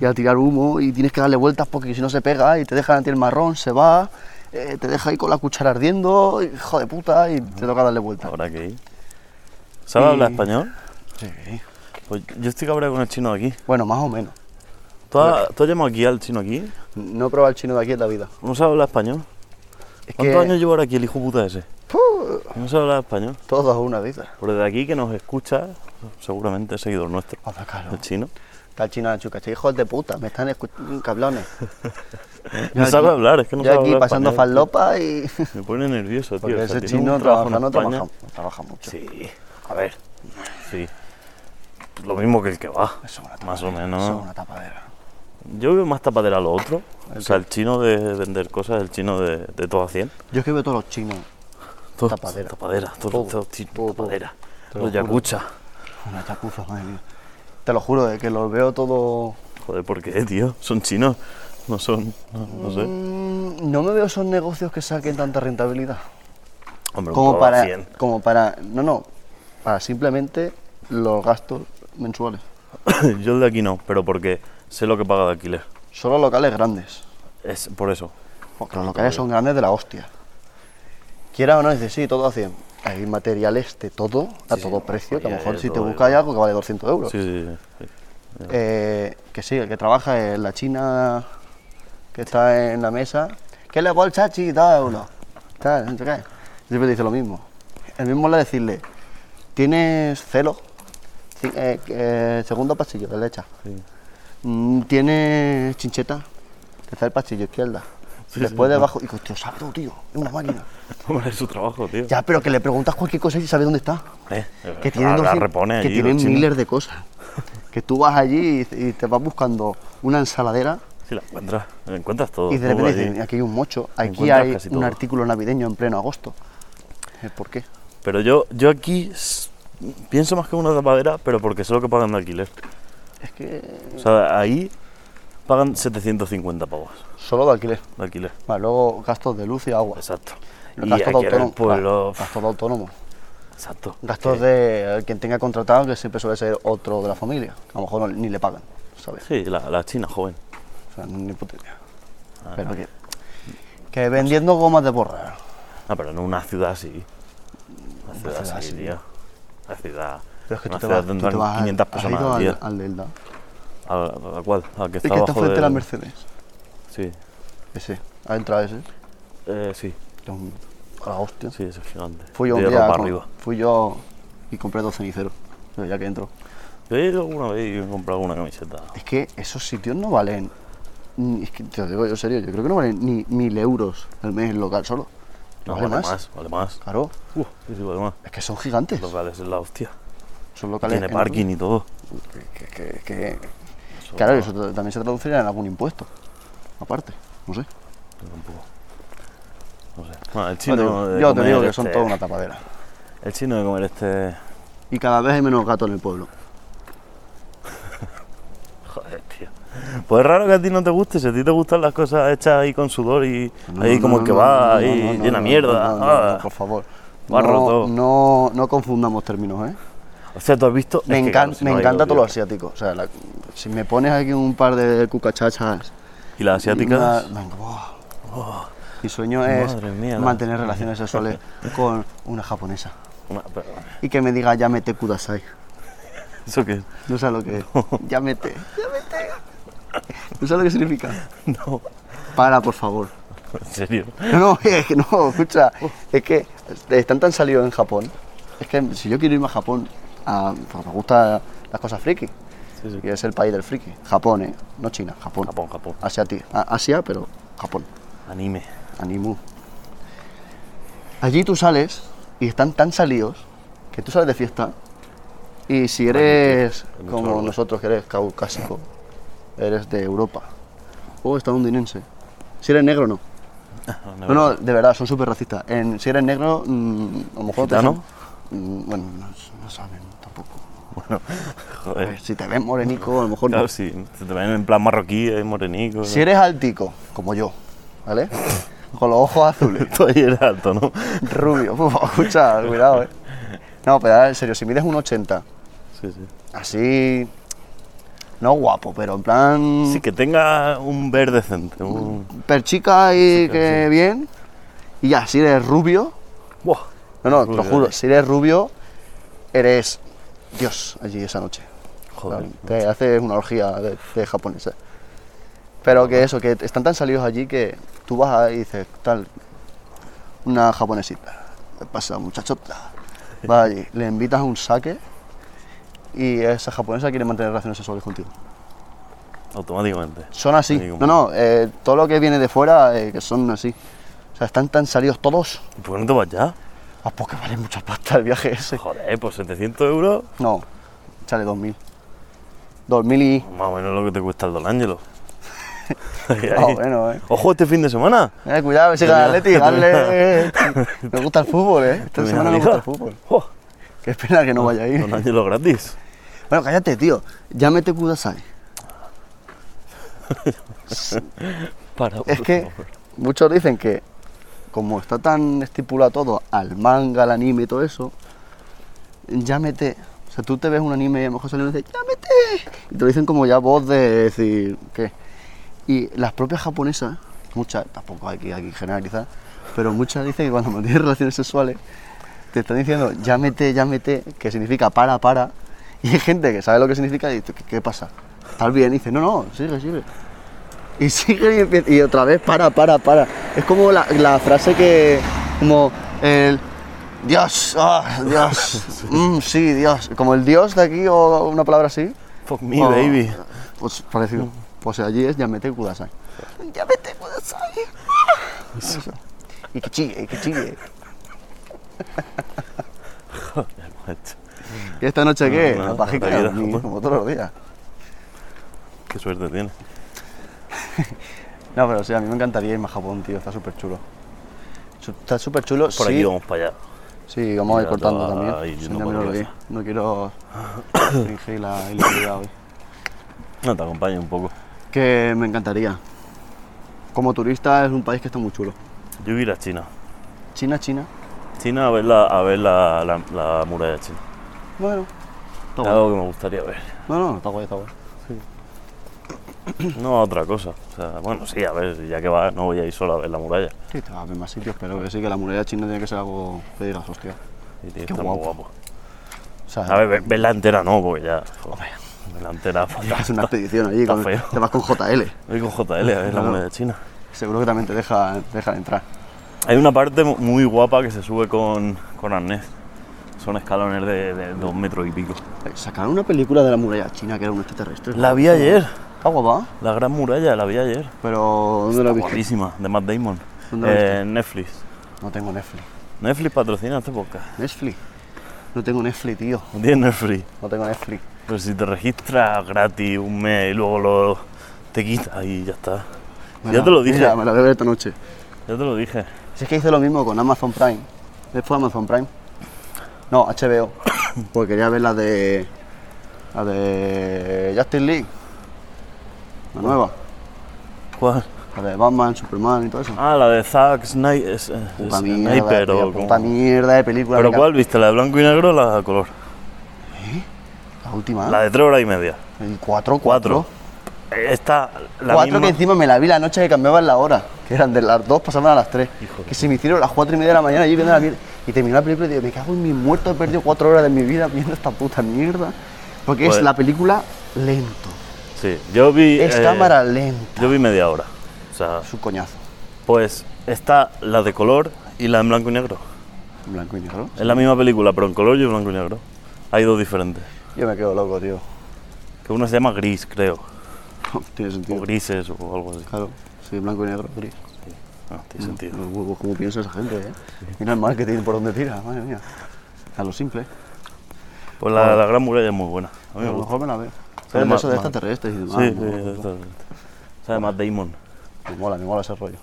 Speaker 1: y a tirar humo. Y tienes que darle vueltas porque si no se pega y te dejan ante el marrón, se va. eh, te deja ahí con la cuchara ardiendo, y, hijo de puta, y te toca darle vueltas.
Speaker 2: Habrá que ir. ¿Sabes
Speaker 1: Y-
Speaker 2: hablar español?
Speaker 1: Sí.
Speaker 2: Pues yo estoy cabreado con el chino de aquí.
Speaker 1: Bueno, más o menos.
Speaker 2: ¿Tú
Speaker 1: Pues-
Speaker 2: has, tú has llamado aquí al chino aquí?
Speaker 1: No he probado el chino de aquí en la vida.
Speaker 2: ¿No sabes hablar español?
Speaker 1: Es
Speaker 2: ¿Cuántos
Speaker 1: que
Speaker 2: años llevo ahora aquí el hijo puta ese? No sabe hablar español.
Speaker 1: todos una de esas.
Speaker 2: Por desde aquí que nos escucha, seguramente es seguidor nuestro,
Speaker 1: Habla claro.
Speaker 2: el chino.
Speaker 1: Está el chino de la chuca. Este hijo de puta, me están escuchando, cablones.
Speaker 2: No sabe hablar, es que no
Speaker 1: Yo
Speaker 2: sabe
Speaker 1: aquí
Speaker 2: hablar
Speaker 1: pasando
Speaker 2: español, tío.
Speaker 1: falopa y...
Speaker 2: Me pone nervioso, tío.
Speaker 1: Porque
Speaker 2: O sea,
Speaker 1: ese
Speaker 2: tiene un
Speaker 1: chino
Speaker 2: trabajo en
Speaker 1: trabaja, no
Speaker 2: España.
Speaker 1: trabaja, no trabaja mucho.
Speaker 2: Sí, a ver. Sí. Pues Lo mismo que el que va.
Speaker 1: Eso es una
Speaker 2: Más
Speaker 1: Eso
Speaker 2: o
Speaker 1: es
Speaker 2: menos.
Speaker 1: una tapadera.
Speaker 2: Yo veo más tapadera lo otro. O sea, el chino de vender cosas, el chino de, de todo a 100.
Speaker 1: Yo es que veo todos los chinos.
Speaker 2: Todo-
Speaker 1: Tapadera.
Speaker 2: Tapadera, todo,
Speaker 1: Todo,
Speaker 2: todo chino,
Speaker 1: todo, todo.
Speaker 2: tapadera.
Speaker 1: Te lo
Speaker 2: Los
Speaker 1: juro.
Speaker 2: yakucha.
Speaker 1: Una chapuza, madre mía. Te lo juro, de que los veo todo
Speaker 2: Joder, ¿por qué, tío? Son chinos, no son. No, no sé.
Speaker 1: Mm, no me veo esos negocios que saquen tanta rentabilidad.
Speaker 2: Hombre, un
Speaker 1: Como
Speaker 2: codo a
Speaker 1: para,
Speaker 2: 100.
Speaker 1: como para. No, no. Para simplemente los gastos mensuales.
Speaker 2: Yo el de aquí no, pero porque sé lo que paga de alquiler.
Speaker 1: Solo locales grandes.
Speaker 2: Es por eso.
Speaker 1: Porque los locales son grandes de la hostia. Quiera o no, dices, sí, todo a 100. Hay materiales de todo, a
Speaker 2: Sí, sí,
Speaker 1: todo precio, que a lo mejor
Speaker 2: materiales,
Speaker 1: si te
Speaker 2: todo,
Speaker 1: buscas hay
Speaker 2: yo-
Speaker 1: algo que vale 200 euros.
Speaker 2: Sí, sí, sí, sí.
Speaker 1: Eh, que sí, el que trabaja en la China, que está en la mesa, que la bolsa chi da uno. Tal, no sé qué. Siempre dice lo mismo. El mismo le decirle, tienes celo, Ci- eh, eh, segundo pasillo, derecha.
Speaker 2: Sí.
Speaker 1: Mm, Tienes chincheta, tercer pasillo, izquierda. Después debajo, y digo, tío, sabe todo, tío, es una máquina.
Speaker 2: Hombre, es su trabajo, tío.
Speaker 1: Ya, pero que le preguntas cualquier cosa y sabe dónde está.
Speaker 2: Eh,
Speaker 1: Que tienen,
Speaker 2: la- la
Speaker 1: 200
Speaker 2: repone
Speaker 1: que
Speaker 2: allí,
Speaker 1: tienen
Speaker 2: los chinos.
Speaker 1: miles de cosas. Que tú vas allí y, y te vas buscando una ensaladera
Speaker 2: Sí, la encuentras, la encuentras todo.
Speaker 1: y de
Speaker 2: todo
Speaker 1: repente
Speaker 2: allí.
Speaker 1: dicen, aquí hay un mocho, aquí
Speaker 2: Encuentras
Speaker 1: hay
Speaker 2: casi
Speaker 1: un
Speaker 2: todo.
Speaker 1: artículo navideño en pleno agosto. Eh, ¿Por qué?
Speaker 2: Pero yo, yo aquí s- pienso más que una tapadera, pero porque sé lo que pagan de alquiler.
Speaker 1: Es que
Speaker 2: O sea, ahí pagan 750 pavos
Speaker 1: solo de alquiler.
Speaker 2: de alquiler.
Speaker 1: Vale, luego gastos de luz y agua.
Speaker 2: Exacto. Pues, Y
Speaker 1: gastos
Speaker 2: aquí
Speaker 1: de
Speaker 2: en
Speaker 1: autónomo.
Speaker 2: el pueblo.
Speaker 1: ga- Gastos de autónomo.
Speaker 2: Exacto.
Speaker 1: Gastos de eh, quien tenga contratado, que siempre suele ser otro de la familia. que A lo mejor no- ni le pagan, ¿sabes?
Speaker 2: Sí, la, la China, joven.
Speaker 1: O sea, ni puta idea. Pero que, que vendiendo gomas de borrar.
Speaker 2: No, Ah, pero en una ciudad sí. Una ciudad,
Speaker 1: ciudad
Speaker 2: sí,
Speaker 1: sí.
Speaker 2: tío. Una ciudad.
Speaker 1: Pero es que
Speaker 2: una
Speaker 1: tú te
Speaker 2: ciudad
Speaker 1: vas, tú
Speaker 2: tendrán
Speaker 1: te vas al-
Speaker 2: 500
Speaker 1: has ido
Speaker 2: personas al día.
Speaker 1: al, al Delta.
Speaker 2: ¿A, a cuál? ¿Al que
Speaker 1: El
Speaker 2: está
Speaker 1: que está
Speaker 2: abajo
Speaker 1: frente a la
Speaker 2: del-
Speaker 1: Mercedes.
Speaker 2: Sí.
Speaker 1: Ese, ha entrado ese.
Speaker 2: Eh, sí,
Speaker 1: Es un- A la hostia.
Speaker 2: sí, ese es gigante.
Speaker 1: Fui yo un
Speaker 2: De
Speaker 1: día.
Speaker 2: ropa
Speaker 1: con-
Speaker 2: arriba.
Speaker 1: Fui yo y compré dos ceniceros. Pero ya que entro.
Speaker 2: Yo he ido alguna vez y he comprado una camiseta.
Speaker 1: Es que esos sitios no valen. ni- Es que te lo digo yo serio, yo creo que no valen ni mil euros al mes el local solo. No, vale, más.
Speaker 2: vale más.
Speaker 1: Claro,
Speaker 2: Uh, sí, sí, vale más.
Speaker 1: es que son gigantes.
Speaker 2: Los locales es la hostia.
Speaker 1: Son locales.
Speaker 2: Tiene
Speaker 1: enormes.
Speaker 2: parking y todo.
Speaker 1: Que, que- que- claro, eso t- también se traduciría en algún impuesto. Aparte, no sé.
Speaker 2: Yo tampoco. No sé. Bueno, el chino.
Speaker 1: Bueno,
Speaker 2: de
Speaker 1: yo te
Speaker 2: comer
Speaker 1: digo que
Speaker 2: este-
Speaker 1: son toda una tapadera.
Speaker 2: El chino de comer este.
Speaker 1: Y cada vez hay menos gatos en el pueblo.
Speaker 2: Joder, tío. Pues es raro que a ti no te guste. Si a ti te gustan las cosas hechas ahí con sudor y
Speaker 1: No,
Speaker 2: ahí
Speaker 1: no,
Speaker 2: como
Speaker 1: no,
Speaker 2: el que
Speaker 1: no,
Speaker 2: va,
Speaker 1: no,
Speaker 2: ahí
Speaker 1: no, no,
Speaker 2: llena
Speaker 1: no,
Speaker 2: mierda.
Speaker 1: no, no,
Speaker 2: Ah.
Speaker 1: no, por favor.
Speaker 2: Barro
Speaker 1: No,
Speaker 2: todo.
Speaker 1: no, no confundamos términos, ¿eh?
Speaker 2: O sea, tú has visto.
Speaker 1: Me,
Speaker 2: Es que,
Speaker 1: encan-
Speaker 2: claro, si
Speaker 1: me
Speaker 2: no ha ido,
Speaker 1: encanta todo
Speaker 2: tío.
Speaker 1: lo asiático. O sea, la- si me pones aquí un par de cucachachas.
Speaker 2: Y las asiáticas.
Speaker 1: una- venga, buah. Mi sueño es
Speaker 2: Madre mía, la-
Speaker 1: mantener relaciones sexuales con una japonesa.
Speaker 2: Una- pero-
Speaker 1: Y que me diga, llámete kudasai.
Speaker 2: ¿Eso qué es?
Speaker 1: No sé lo que es. Llámete. Llámete. ¿No sabes lo que significa?
Speaker 2: No.
Speaker 1: Para, por favor.
Speaker 2: En serio.
Speaker 1: No, no, es que no, escucha, es que están tan salidos en Japón. Es que si yo quiero irme a Japón, a, porque me gustan las cosas friki.
Speaker 2: Sí, sí.
Speaker 1: Y es el país del friki. Japón, ¿eh? No China, Japón.
Speaker 2: Japón, Japón.
Speaker 1: Asia, ti- a- Asia pero Japón.
Speaker 2: Anime.
Speaker 1: Animu. Allí tú sales y están tan salidos que tú sales de fiesta y si eres
Speaker 2: hay mucho
Speaker 1: como
Speaker 2: orden.
Speaker 1: nosotros que eres caucásico, eres de Europa o estadounidense, si eres negro no. No, no, de verdad, son súper racistas. En- si eres negro, mm, a lo mejor... te
Speaker 2: ¿Gitano?
Speaker 1: dejan- Mm, bueno, no, no saben tampoco. A
Speaker 2: Joder.
Speaker 1: ver, si te ven morenico, a lo mejor no.
Speaker 2: Eh. Claro, sí. Se te ven en plan marroquí, eh, morenico.
Speaker 1: Si eres altico, como yo, ¿vale? Con los ojos azules,
Speaker 2: Tú ahí eres alto, ¿no?
Speaker 1: rubio, uf, escucha, cuidado, ¿eh? No, pero ahora, en serio, si mides un 80,
Speaker 2: Sí, sí.
Speaker 1: así... No guapo, pero en plan...
Speaker 2: Sí, que tenga un verde decente. Un...
Speaker 1: Perchica y
Speaker 2: claro,
Speaker 1: que bien. Y ya, si eres rubio...
Speaker 2: Buah.
Speaker 1: No, no, te
Speaker 2: Rubio,
Speaker 1: lo juro,
Speaker 2: eh.
Speaker 1: si eres rubio, eres Dios allí esa noche.
Speaker 2: Joder.
Speaker 1: Te haces una orgía de, de japonesa. Pero que eso, que están tan salidos allí que tú vas ahí y dices, tal, una japonesita. ¿Qué pasa, muchachota? Vas allí, le invitas a un saque y esa japonesa quiere mantener relaciones sexuales contigo.
Speaker 2: Automáticamente.
Speaker 1: Son así.
Speaker 2: Ahí como-
Speaker 1: No, no, eh, todo lo que viene de fuera, eh, que son así. O sea, están tan salidos todos.
Speaker 2: ¿Y por qué no te vas ya?
Speaker 1: Ah, pues que vale mucha pasta el viaje ese.
Speaker 2: Joder, pues 700 euros,
Speaker 1: No, sale 2000. 2000 y...
Speaker 2: más o menos lo que te cuesta el Don Ángelo. Ahí,
Speaker 1: Ah,
Speaker 2: ahí.
Speaker 1: bueno, eh.
Speaker 2: Ojo, este fin de semana.
Speaker 1: Eh, cuidado, ese gana el Atleti, dale. Me gusta el fútbol, ¿eh? Esta
Speaker 2: Termina
Speaker 1: semana
Speaker 2: la
Speaker 1: me gusta el
Speaker 2: liga.
Speaker 1: fútbol.
Speaker 2: Oh,
Speaker 1: Qué pena que no vaya ahí.
Speaker 2: Don Ángelo gratis.
Speaker 1: Bueno, cállate, tío. Llámete Kudasai.
Speaker 2: Para, por
Speaker 1: Es que
Speaker 2: favor.
Speaker 1: muchos dicen que como está tan estipulado todo al manga, al anime y todo eso, ya mete. O sea, tú te ves un anime y a lo mejor sale y dice, ya mete. Y te lo dicen como ya voz de decir, ¿qué? Y las propias japonesas, muchas, tampoco hay que, hay que generalizar, pero muchas dicen que cuando mantienes relaciones sexuales, te están diciendo, ya mete, ya mete, que significa para, para. Y hay gente que sabe lo que significa y dice, ¿qué, qué pasa? ¿Estás bien? Y dice, no, no, sigue, sigue. Y sigue y, empie- y otra vez, para, para, para. Es como la, la frase que, como el Dios, ah, Dios, mm, sí, Dios, como el Dios de aquí o una palabra así.
Speaker 2: Fuck me,
Speaker 1: o-
Speaker 2: baby.
Speaker 1: Pues parecido. Pues allí es Yamete Kudasai. Yamete Kudasai. Eso. Y que chille, y que chille. Ah.
Speaker 2: Macho,
Speaker 1: ¿Y esta noche qué?
Speaker 2: No, no,
Speaker 1: La pajica,
Speaker 2: la vida,
Speaker 1: ni-
Speaker 2: joder.
Speaker 1: como todos los días.
Speaker 2: Qué suerte tienes.
Speaker 1: No, pero sí, a mí me encantaría irme a Japón, tío, está súper chulo. Su- Está súper chulo,
Speaker 2: Por
Speaker 1: sí.
Speaker 2: aquí vamos para allá.
Speaker 1: Sí, vamos a ir
Speaker 2: Mira,
Speaker 1: cortando
Speaker 2: toda-
Speaker 1: también.
Speaker 2: ahí,
Speaker 1: Sí,
Speaker 2: no
Speaker 1: ya me
Speaker 2: podría
Speaker 1: lo leí.
Speaker 2: ser.
Speaker 1: No quiero fingir la ilegalidad hoy.
Speaker 2: No, te acompaño un poco.
Speaker 1: Que me encantaría. Como turista es un país que está muy chulo.
Speaker 2: Yo voy a ir a China.
Speaker 1: China, China.
Speaker 2: China a ver la, a ver la, la, la muralla china.
Speaker 1: Bueno. Está
Speaker 2: Es
Speaker 1: guay.
Speaker 2: algo que me gustaría ver.
Speaker 1: No, no, está guay, está guay.
Speaker 2: No otra cosa. O sea, bueno, sí, a ver, ya que va, no voy a ir solo a ver la muralla.
Speaker 1: Sí, te va a ver más sitios, pero que sí, que la muralla china tiene que ser algo que digas, hostia.
Speaker 2: Y tiene que
Speaker 1: Qué
Speaker 2: estar muy
Speaker 1: guapo. Ah.
Speaker 2: guapo.
Speaker 1: O sea,
Speaker 2: A ver, ver- verla entera no, porque ya. Joder, verla entera.
Speaker 1: es una expedición allí,
Speaker 2: está
Speaker 1: con,
Speaker 2: feo.
Speaker 1: te vas con JL.
Speaker 2: Voy con JL a ver la
Speaker 1: Claro.
Speaker 2: muralla china.
Speaker 1: Seguro que también te deja, te deja entrar.
Speaker 2: Hay una parte mu- muy guapa que se sube con, con arnés. Son escalones de, de dos metros y pico.
Speaker 1: Eh, Sacaron una película de la muralla china que era un extraterrestre.
Speaker 2: La vi ayer,
Speaker 1: Está guapa,
Speaker 2: la gran muralla, la vi ayer.
Speaker 1: pero ¿dónde la viste?
Speaker 2: Guapísima, de Matt Damon.
Speaker 1: ¿Dónde la viste?
Speaker 2: Eh, Netflix.
Speaker 1: No tengo Netflix.
Speaker 2: Netflix patrocina este podcast.
Speaker 1: Netflix. No tengo Netflix, tío.
Speaker 2: No Tienes Netflix.
Speaker 1: No tengo Netflix.
Speaker 2: Pero si te registras gratis un mes y luego lo, te quitas y ya está.
Speaker 1: Me
Speaker 2: Ya
Speaker 1: la-
Speaker 2: te lo dije,
Speaker 1: Mira,
Speaker 2: ya
Speaker 1: me la voy a ver esta noche.
Speaker 2: te lo dije.
Speaker 1: Si es que hice lo mismo con Amazon Prime. Después Amazon Prime. No, HBO. Porque quería ver la de. La de. Justice League. La nueva.
Speaker 2: ¿Cuál?
Speaker 1: La de Batman, Superman y todo eso.
Speaker 2: Ah, la de Zack Sni- es- eh, es-
Speaker 1: Puta mierda,
Speaker 2: Sniper
Speaker 1: tío,
Speaker 2: o
Speaker 1: puta
Speaker 2: como-
Speaker 1: mierda de película.
Speaker 2: ¿Pero
Speaker 1: me
Speaker 2: cuál viste? ¿La de blanco y negro o la de color?
Speaker 1: cago- La última.
Speaker 2: La de tres horas y media.
Speaker 1: El 4, 4.
Speaker 2: Cuatro. Esta, la
Speaker 1: 4
Speaker 2: misma...
Speaker 1: que encima me la vi la noche que cambiaban la hora. Que eran de las 2, pasaban a las 3.
Speaker 2: Hijo de-
Speaker 1: Que se me hicieron las 4 y media de la mañana allí viendo la mierda. Y terminé la película y digo, me cago en mi muerto, he perdido 4 horas de mi vida viendo esta puta mierda. Porque es
Speaker 2: Joder.
Speaker 1: la película lento.
Speaker 2: Sí, yo vi...
Speaker 1: Es
Speaker 2: eh,
Speaker 1: cámara lenta.
Speaker 2: Yo vi media hora. O sea,
Speaker 1: Es un coñazo.
Speaker 2: pues está la de color y la en blanco y negro.
Speaker 1: En blanco y negro.
Speaker 2: Es la misma película, pero en color y en blanco y negro. Hay dos diferentes.
Speaker 1: Yo me quedo loco, tío.
Speaker 2: Que una se llama gris, creo.
Speaker 1: tiene
Speaker 2: O
Speaker 1: sentido.
Speaker 2: grises o algo así.
Speaker 1: Claro, sí, blanco y negro, gris.
Speaker 2: No, tiene sentido.
Speaker 1: Los huevos, ¿cómo piensa esa gente, eh? Mira el marketing por donde tira, madre mía. A lo simple.
Speaker 2: Pues la, la gran muralla es muy buena. A
Speaker 1: A
Speaker 2: mí
Speaker 1: lo
Speaker 2: me gusta.
Speaker 1: mejor me la veo.
Speaker 2: Sabe
Speaker 1: Ah, Pero
Speaker 2: más-
Speaker 1: eso de
Speaker 2: más-
Speaker 1: extraterrestres y demás.
Speaker 2: Sí, sí,
Speaker 1: ¿no?
Speaker 2: totalmente. Sabe Matt Damon.
Speaker 1: Me mola, me mola ese rollo.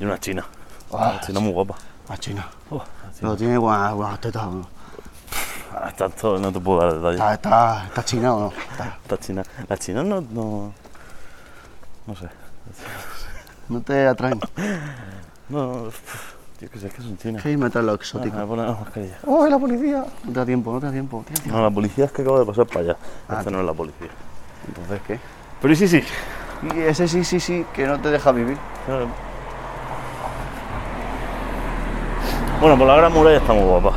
Speaker 2: Y una china.
Speaker 1: Ah,
Speaker 2: Una china muy guapa.
Speaker 1: A China.
Speaker 2: Oh, la china.
Speaker 1: Pero tiene buenas, buenas tetas. ¿o no?
Speaker 2: Ah, está todo- no te puedo dar detalles.
Speaker 1: ¿Está, está, está China o no? Está-
Speaker 2: Esta china. La china no. No, no sé.
Speaker 1: No te atraen.
Speaker 2: No. pf, Yo qué sé, es que son chinas.
Speaker 1: Sí, me atrae lo
Speaker 2: Ah, me voy
Speaker 1: exótico.
Speaker 2: a poner la mascarilla.
Speaker 1: ¡Oh, la policía! No te da tiempo, no te da tiempo. tío.
Speaker 2: No, la policía es que acaba de pasar para allá.
Speaker 1: Ah,
Speaker 2: Esta no es la policía.
Speaker 1: Entonces, ¿qué?
Speaker 2: Pero sí, sí.
Speaker 1: Y ese sí, sí, sí, que no te deja vivir.
Speaker 2: Eh. Bueno, pues la gran muralla está muy guapa.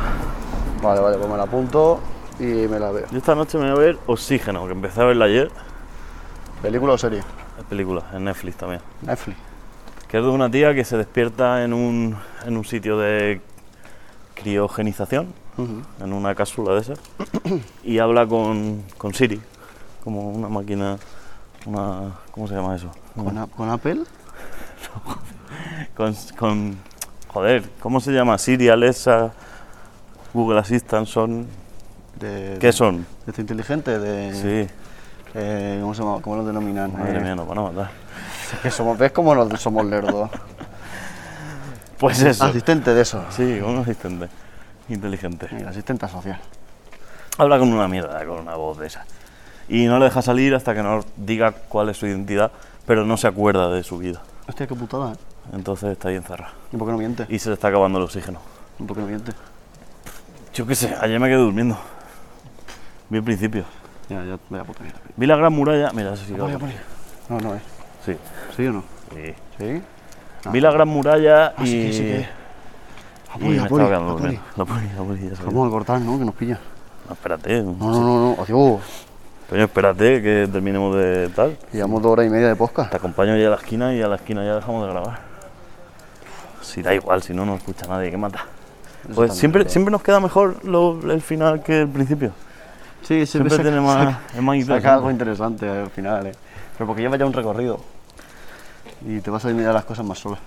Speaker 1: Vale, vale, pues me la apunto y me la veo.
Speaker 2: Yo esta noche me voy a ver Oxígeno, que empecé a verla ayer.
Speaker 1: ¿Película o serie?
Speaker 2: Es película, en Netflix también.
Speaker 1: Netflix.
Speaker 2: Que es de una tía que se despierta en un, en un sitio de criogenización,
Speaker 1: Ujú.
Speaker 2: en una cápsula de esas, y habla con, con Siri, como una máquina, una... ¿cómo se llama eso?
Speaker 1: ¿Con, a- con Apple?
Speaker 2: Con, con- Joder, ¿cómo se llama? Siri, Alexa, Google Assistant, son...
Speaker 1: De,
Speaker 2: ¿Qué son?
Speaker 1: de este inteligente, de...
Speaker 2: Sí,
Speaker 1: eh, ¿Cómo se llama? ¿Cómo lo denominan?
Speaker 2: madre
Speaker 1: Eh,
Speaker 2: mía, nos van a matar.
Speaker 1: es que somos, ¿Ves cómo nos somos lerdos?
Speaker 2: Pues eso.
Speaker 1: Asistente de eso.
Speaker 2: Sí, un asistente inteligente.
Speaker 1: Mira, asistente social.
Speaker 2: Habla con una mierda, con una voz de esa. Y no le deja salir hasta que no diga cuál es su identidad, pero no se acuerda de su vida.
Speaker 1: Hostia, qué putada, ¿eh?
Speaker 2: Entonces está ahí encerrada.
Speaker 1: ¿Y por qué no miente?
Speaker 2: Y se le está acabando el oxígeno.
Speaker 1: ¿Y por qué no miente?
Speaker 2: Yo qué sé, ayer me quedé durmiendo. Vi el principio.
Speaker 1: Ya, ya, voy a poner.
Speaker 2: Vi la gran muralla. Mira, eso sí que
Speaker 1: Voy a
Speaker 2: lo-
Speaker 1: poner. No, no es.
Speaker 2: Sí.
Speaker 1: ¿Sí o no?
Speaker 2: sí.
Speaker 1: Ah, Sí.
Speaker 2: Vi la gran muralla
Speaker 1: Ah,
Speaker 2: y.
Speaker 1: sí que, sí que.
Speaker 2: y
Speaker 1: Apoli, apoli,
Speaker 2: me estaba quedando
Speaker 1: apoli.
Speaker 2: durmiendo. La poli, la poli, ya sabía.
Speaker 1: Vamos a cortar, ¿no? Que nos pilla.
Speaker 2: No, espérate.
Speaker 1: No, no, no, no. Adiós.
Speaker 2: Coño, espérate que terminemos de tal.
Speaker 1: Llevamos dos horas y media de podcast.
Speaker 2: Te acompaño ya a la esquina y a la esquina ya dejamos de grabar. Si da igual, si no, no escucha nadie que mata. Pues
Speaker 1: también
Speaker 2: siempre,
Speaker 1: es
Speaker 2: siempre nos queda mejor lo- el final que el principio.
Speaker 1: Sí,
Speaker 2: Siempre tiene más, es más interesante.
Speaker 1: Saca algo interesante al final, eh. Pero porque lleva ya un recorrido. Y te vas a mirar las cosas más solas.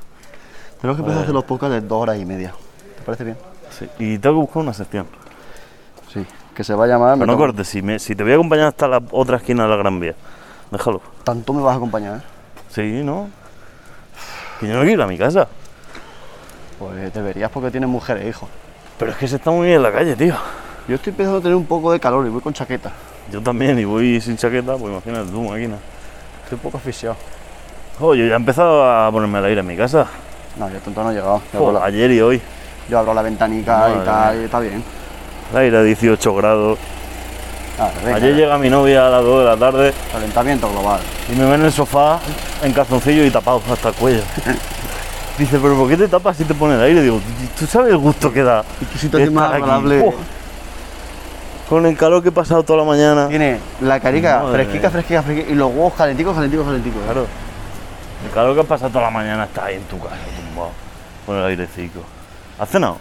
Speaker 1: Tenemos que empezar a hacer los podcasts de dos horas y media. ¿Te parece bien?
Speaker 2: Sí, Y tengo que buscar una sección.
Speaker 1: Sí. Que se va a llamar. me
Speaker 2: Pero no
Speaker 1: tomo-
Speaker 2: cortes, si, me- si te voy a acompañar hasta la otra esquina de la Gran Vía. Déjalo.
Speaker 1: Tanto me vas a acompañar.
Speaker 2: Sí, ¿no? Que yo no quiero ir a mi casa.
Speaker 1: Pues deberías porque tienes mujeres e hijos.
Speaker 2: Pero es que se está muy bien en la calle, tío.
Speaker 1: Yo estoy empezando a tener un poco de calor y voy con chaqueta.
Speaker 2: Yo también, y voy sin chaqueta, pues imagínate tú, máquina.
Speaker 1: Estoy un poco asfixiado.
Speaker 2: Oh, yo ya he empezado a ponerme al aire en mi casa.
Speaker 1: No, yo tanto no he llegado. Yo
Speaker 2: Oh,
Speaker 1: abro la,
Speaker 2: ayer y hoy.
Speaker 1: yo abro la ventanica
Speaker 2: Madre
Speaker 1: y tal, y está bien.
Speaker 2: El aire a 18 grados.
Speaker 1: Ah, venga,
Speaker 2: Ayer llega mi novia a las 2 de la tarde
Speaker 1: Calentamiento global.
Speaker 2: y me ve en el sofá en calzoncillo y tapado hasta el cuello. Dice, pero ¿por qué te tapas si te pone el aire? Digo, "Tú- ¿tú sabes el gusto que da?
Speaker 1: Y qué situación más
Speaker 2: estar aquí?
Speaker 1: agradable.
Speaker 2: Oh, con el calor que he pasado toda la mañana.
Speaker 1: Tiene la carica
Speaker 2: Madre mía.
Speaker 1: fresquita, fresquita, fresquita y los huevos calenticos, calenticos, calenticos.
Speaker 2: Claro. El calor que has pasado toda la mañana está ahí en tu casa, tumbado, con el airecito. ¿Has cenado?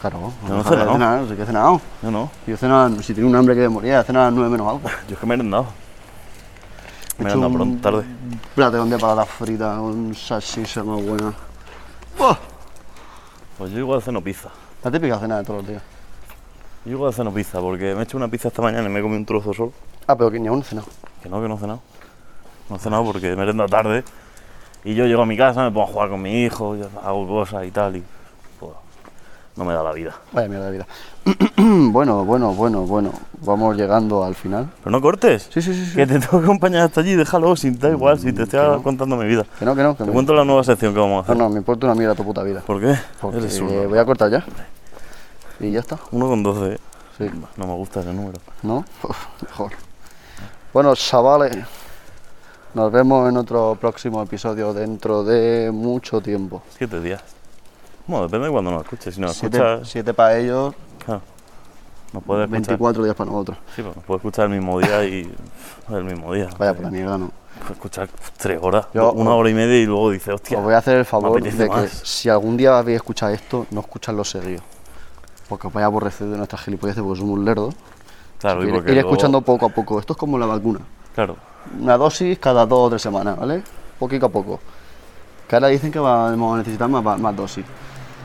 Speaker 1: Claro,
Speaker 2: Yo no he
Speaker 1: deja de
Speaker 2: cenado.
Speaker 1: cenar, no sé qué he cenado.
Speaker 2: Yo no.
Speaker 1: Yo cenaba, si tenía un hambre que me moría, he cenado a las 9 menos algo.
Speaker 2: Yo es que me he merendado. Me he
Speaker 1: hecho
Speaker 2: merendado
Speaker 1: un
Speaker 2: pronto, tarde.
Speaker 1: Plato de patatas fritas, con salsicha más buena. ¡Buah!
Speaker 2: Pues yo igual ceno pizza.
Speaker 1: La típica cena de todos los días.
Speaker 2: Yo igual ceno pizza porque me he hecho una pizza esta mañana y me he comido un trozo solo.
Speaker 1: Ah, pero que ni aún he cenado.
Speaker 2: Que no, que no he cenado. No he cenado porque merenda tarde. Y yo llego a mi casa, me pongo a jugar con mi hijo, yo hago cosas y tal. Y pues, no me da la vida.
Speaker 1: Vaya mierda de vida. bueno, bueno, bueno, bueno. Vamos llegando al final.
Speaker 2: Pero no cortes.
Speaker 1: Sí, sí, sí. sí.
Speaker 2: Que te tengo que acompañar hasta allí, déjalo, si da igual, si te estoy contando mi vida.
Speaker 1: Que no, que no. Que
Speaker 2: Te
Speaker 1: me-
Speaker 2: cuento la nueva sección que vamos a
Speaker 1: No,
Speaker 2: hacer.
Speaker 1: no, me importa una mierda tu puta vida.
Speaker 2: ¿Por qué?
Speaker 1: Porque
Speaker 2: Eres
Speaker 1: eh,
Speaker 2: uno.
Speaker 1: voy a cortar ya. Y ya está.
Speaker 2: Uno con 12.
Speaker 1: Sí.
Speaker 2: No me gusta ese número.
Speaker 1: ¿No? Mejor. Bueno, chavales, nos vemos en otro próximo episodio dentro de mucho tiempo.
Speaker 2: Siete días. Bueno, depende de cuando nos escuches. Si nos
Speaker 1: Siete,
Speaker 2: escuchas,
Speaker 1: siete para ellos,
Speaker 2: claro, nos puedes escuchar.
Speaker 1: 24 días para nosotros.
Speaker 2: Sí, pues nos puedes escuchar el mismo día y. El mismo día.
Speaker 1: Vaya por la mierda, no.
Speaker 2: Puedes escuchar tres horas,
Speaker 1: Yo-
Speaker 2: una hora y media y luego dices, hostia.
Speaker 1: Os voy a hacer el favor
Speaker 2: apetece
Speaker 1: de que
Speaker 2: más.
Speaker 1: si algún día habéis escuchado esto, no escuchadlo seguido. Porque os vais a aborrecer de nuestras gilipolleces porque somos un lerdo.
Speaker 2: Claro, y
Speaker 1: ir,
Speaker 2: porque.
Speaker 1: ir
Speaker 2: luego-
Speaker 1: escuchando poco a poco. Esto es como la vacuna.
Speaker 2: Claro.
Speaker 1: Una dosis cada dos o tres semanas, ¿vale? Poquito a poco. Que ahora dicen que vamos a necesitar más, va- más dosis.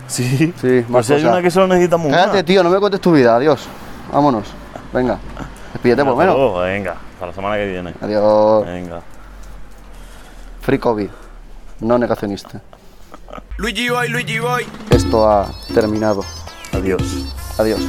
Speaker 2: Sí.
Speaker 1: Sí,
Speaker 2: Pues
Speaker 1: más
Speaker 2: si hay
Speaker 1: cosas.
Speaker 2: una que solo necesitamos una.
Speaker 1: Cállate, tío, no me cuentes tu vida. Adiós. Vámonos. Venga. Despídete por lo
Speaker 2: Hasta
Speaker 1: menos.
Speaker 2: luego, Venga, hasta la semana que viene.
Speaker 1: Adiós.
Speaker 2: Venga.
Speaker 1: Free COVID. No negacionista.
Speaker 3: Luigi Boy, Luigi Boy.
Speaker 1: Esto ha terminado.
Speaker 2: Adiós.
Speaker 1: Adiós.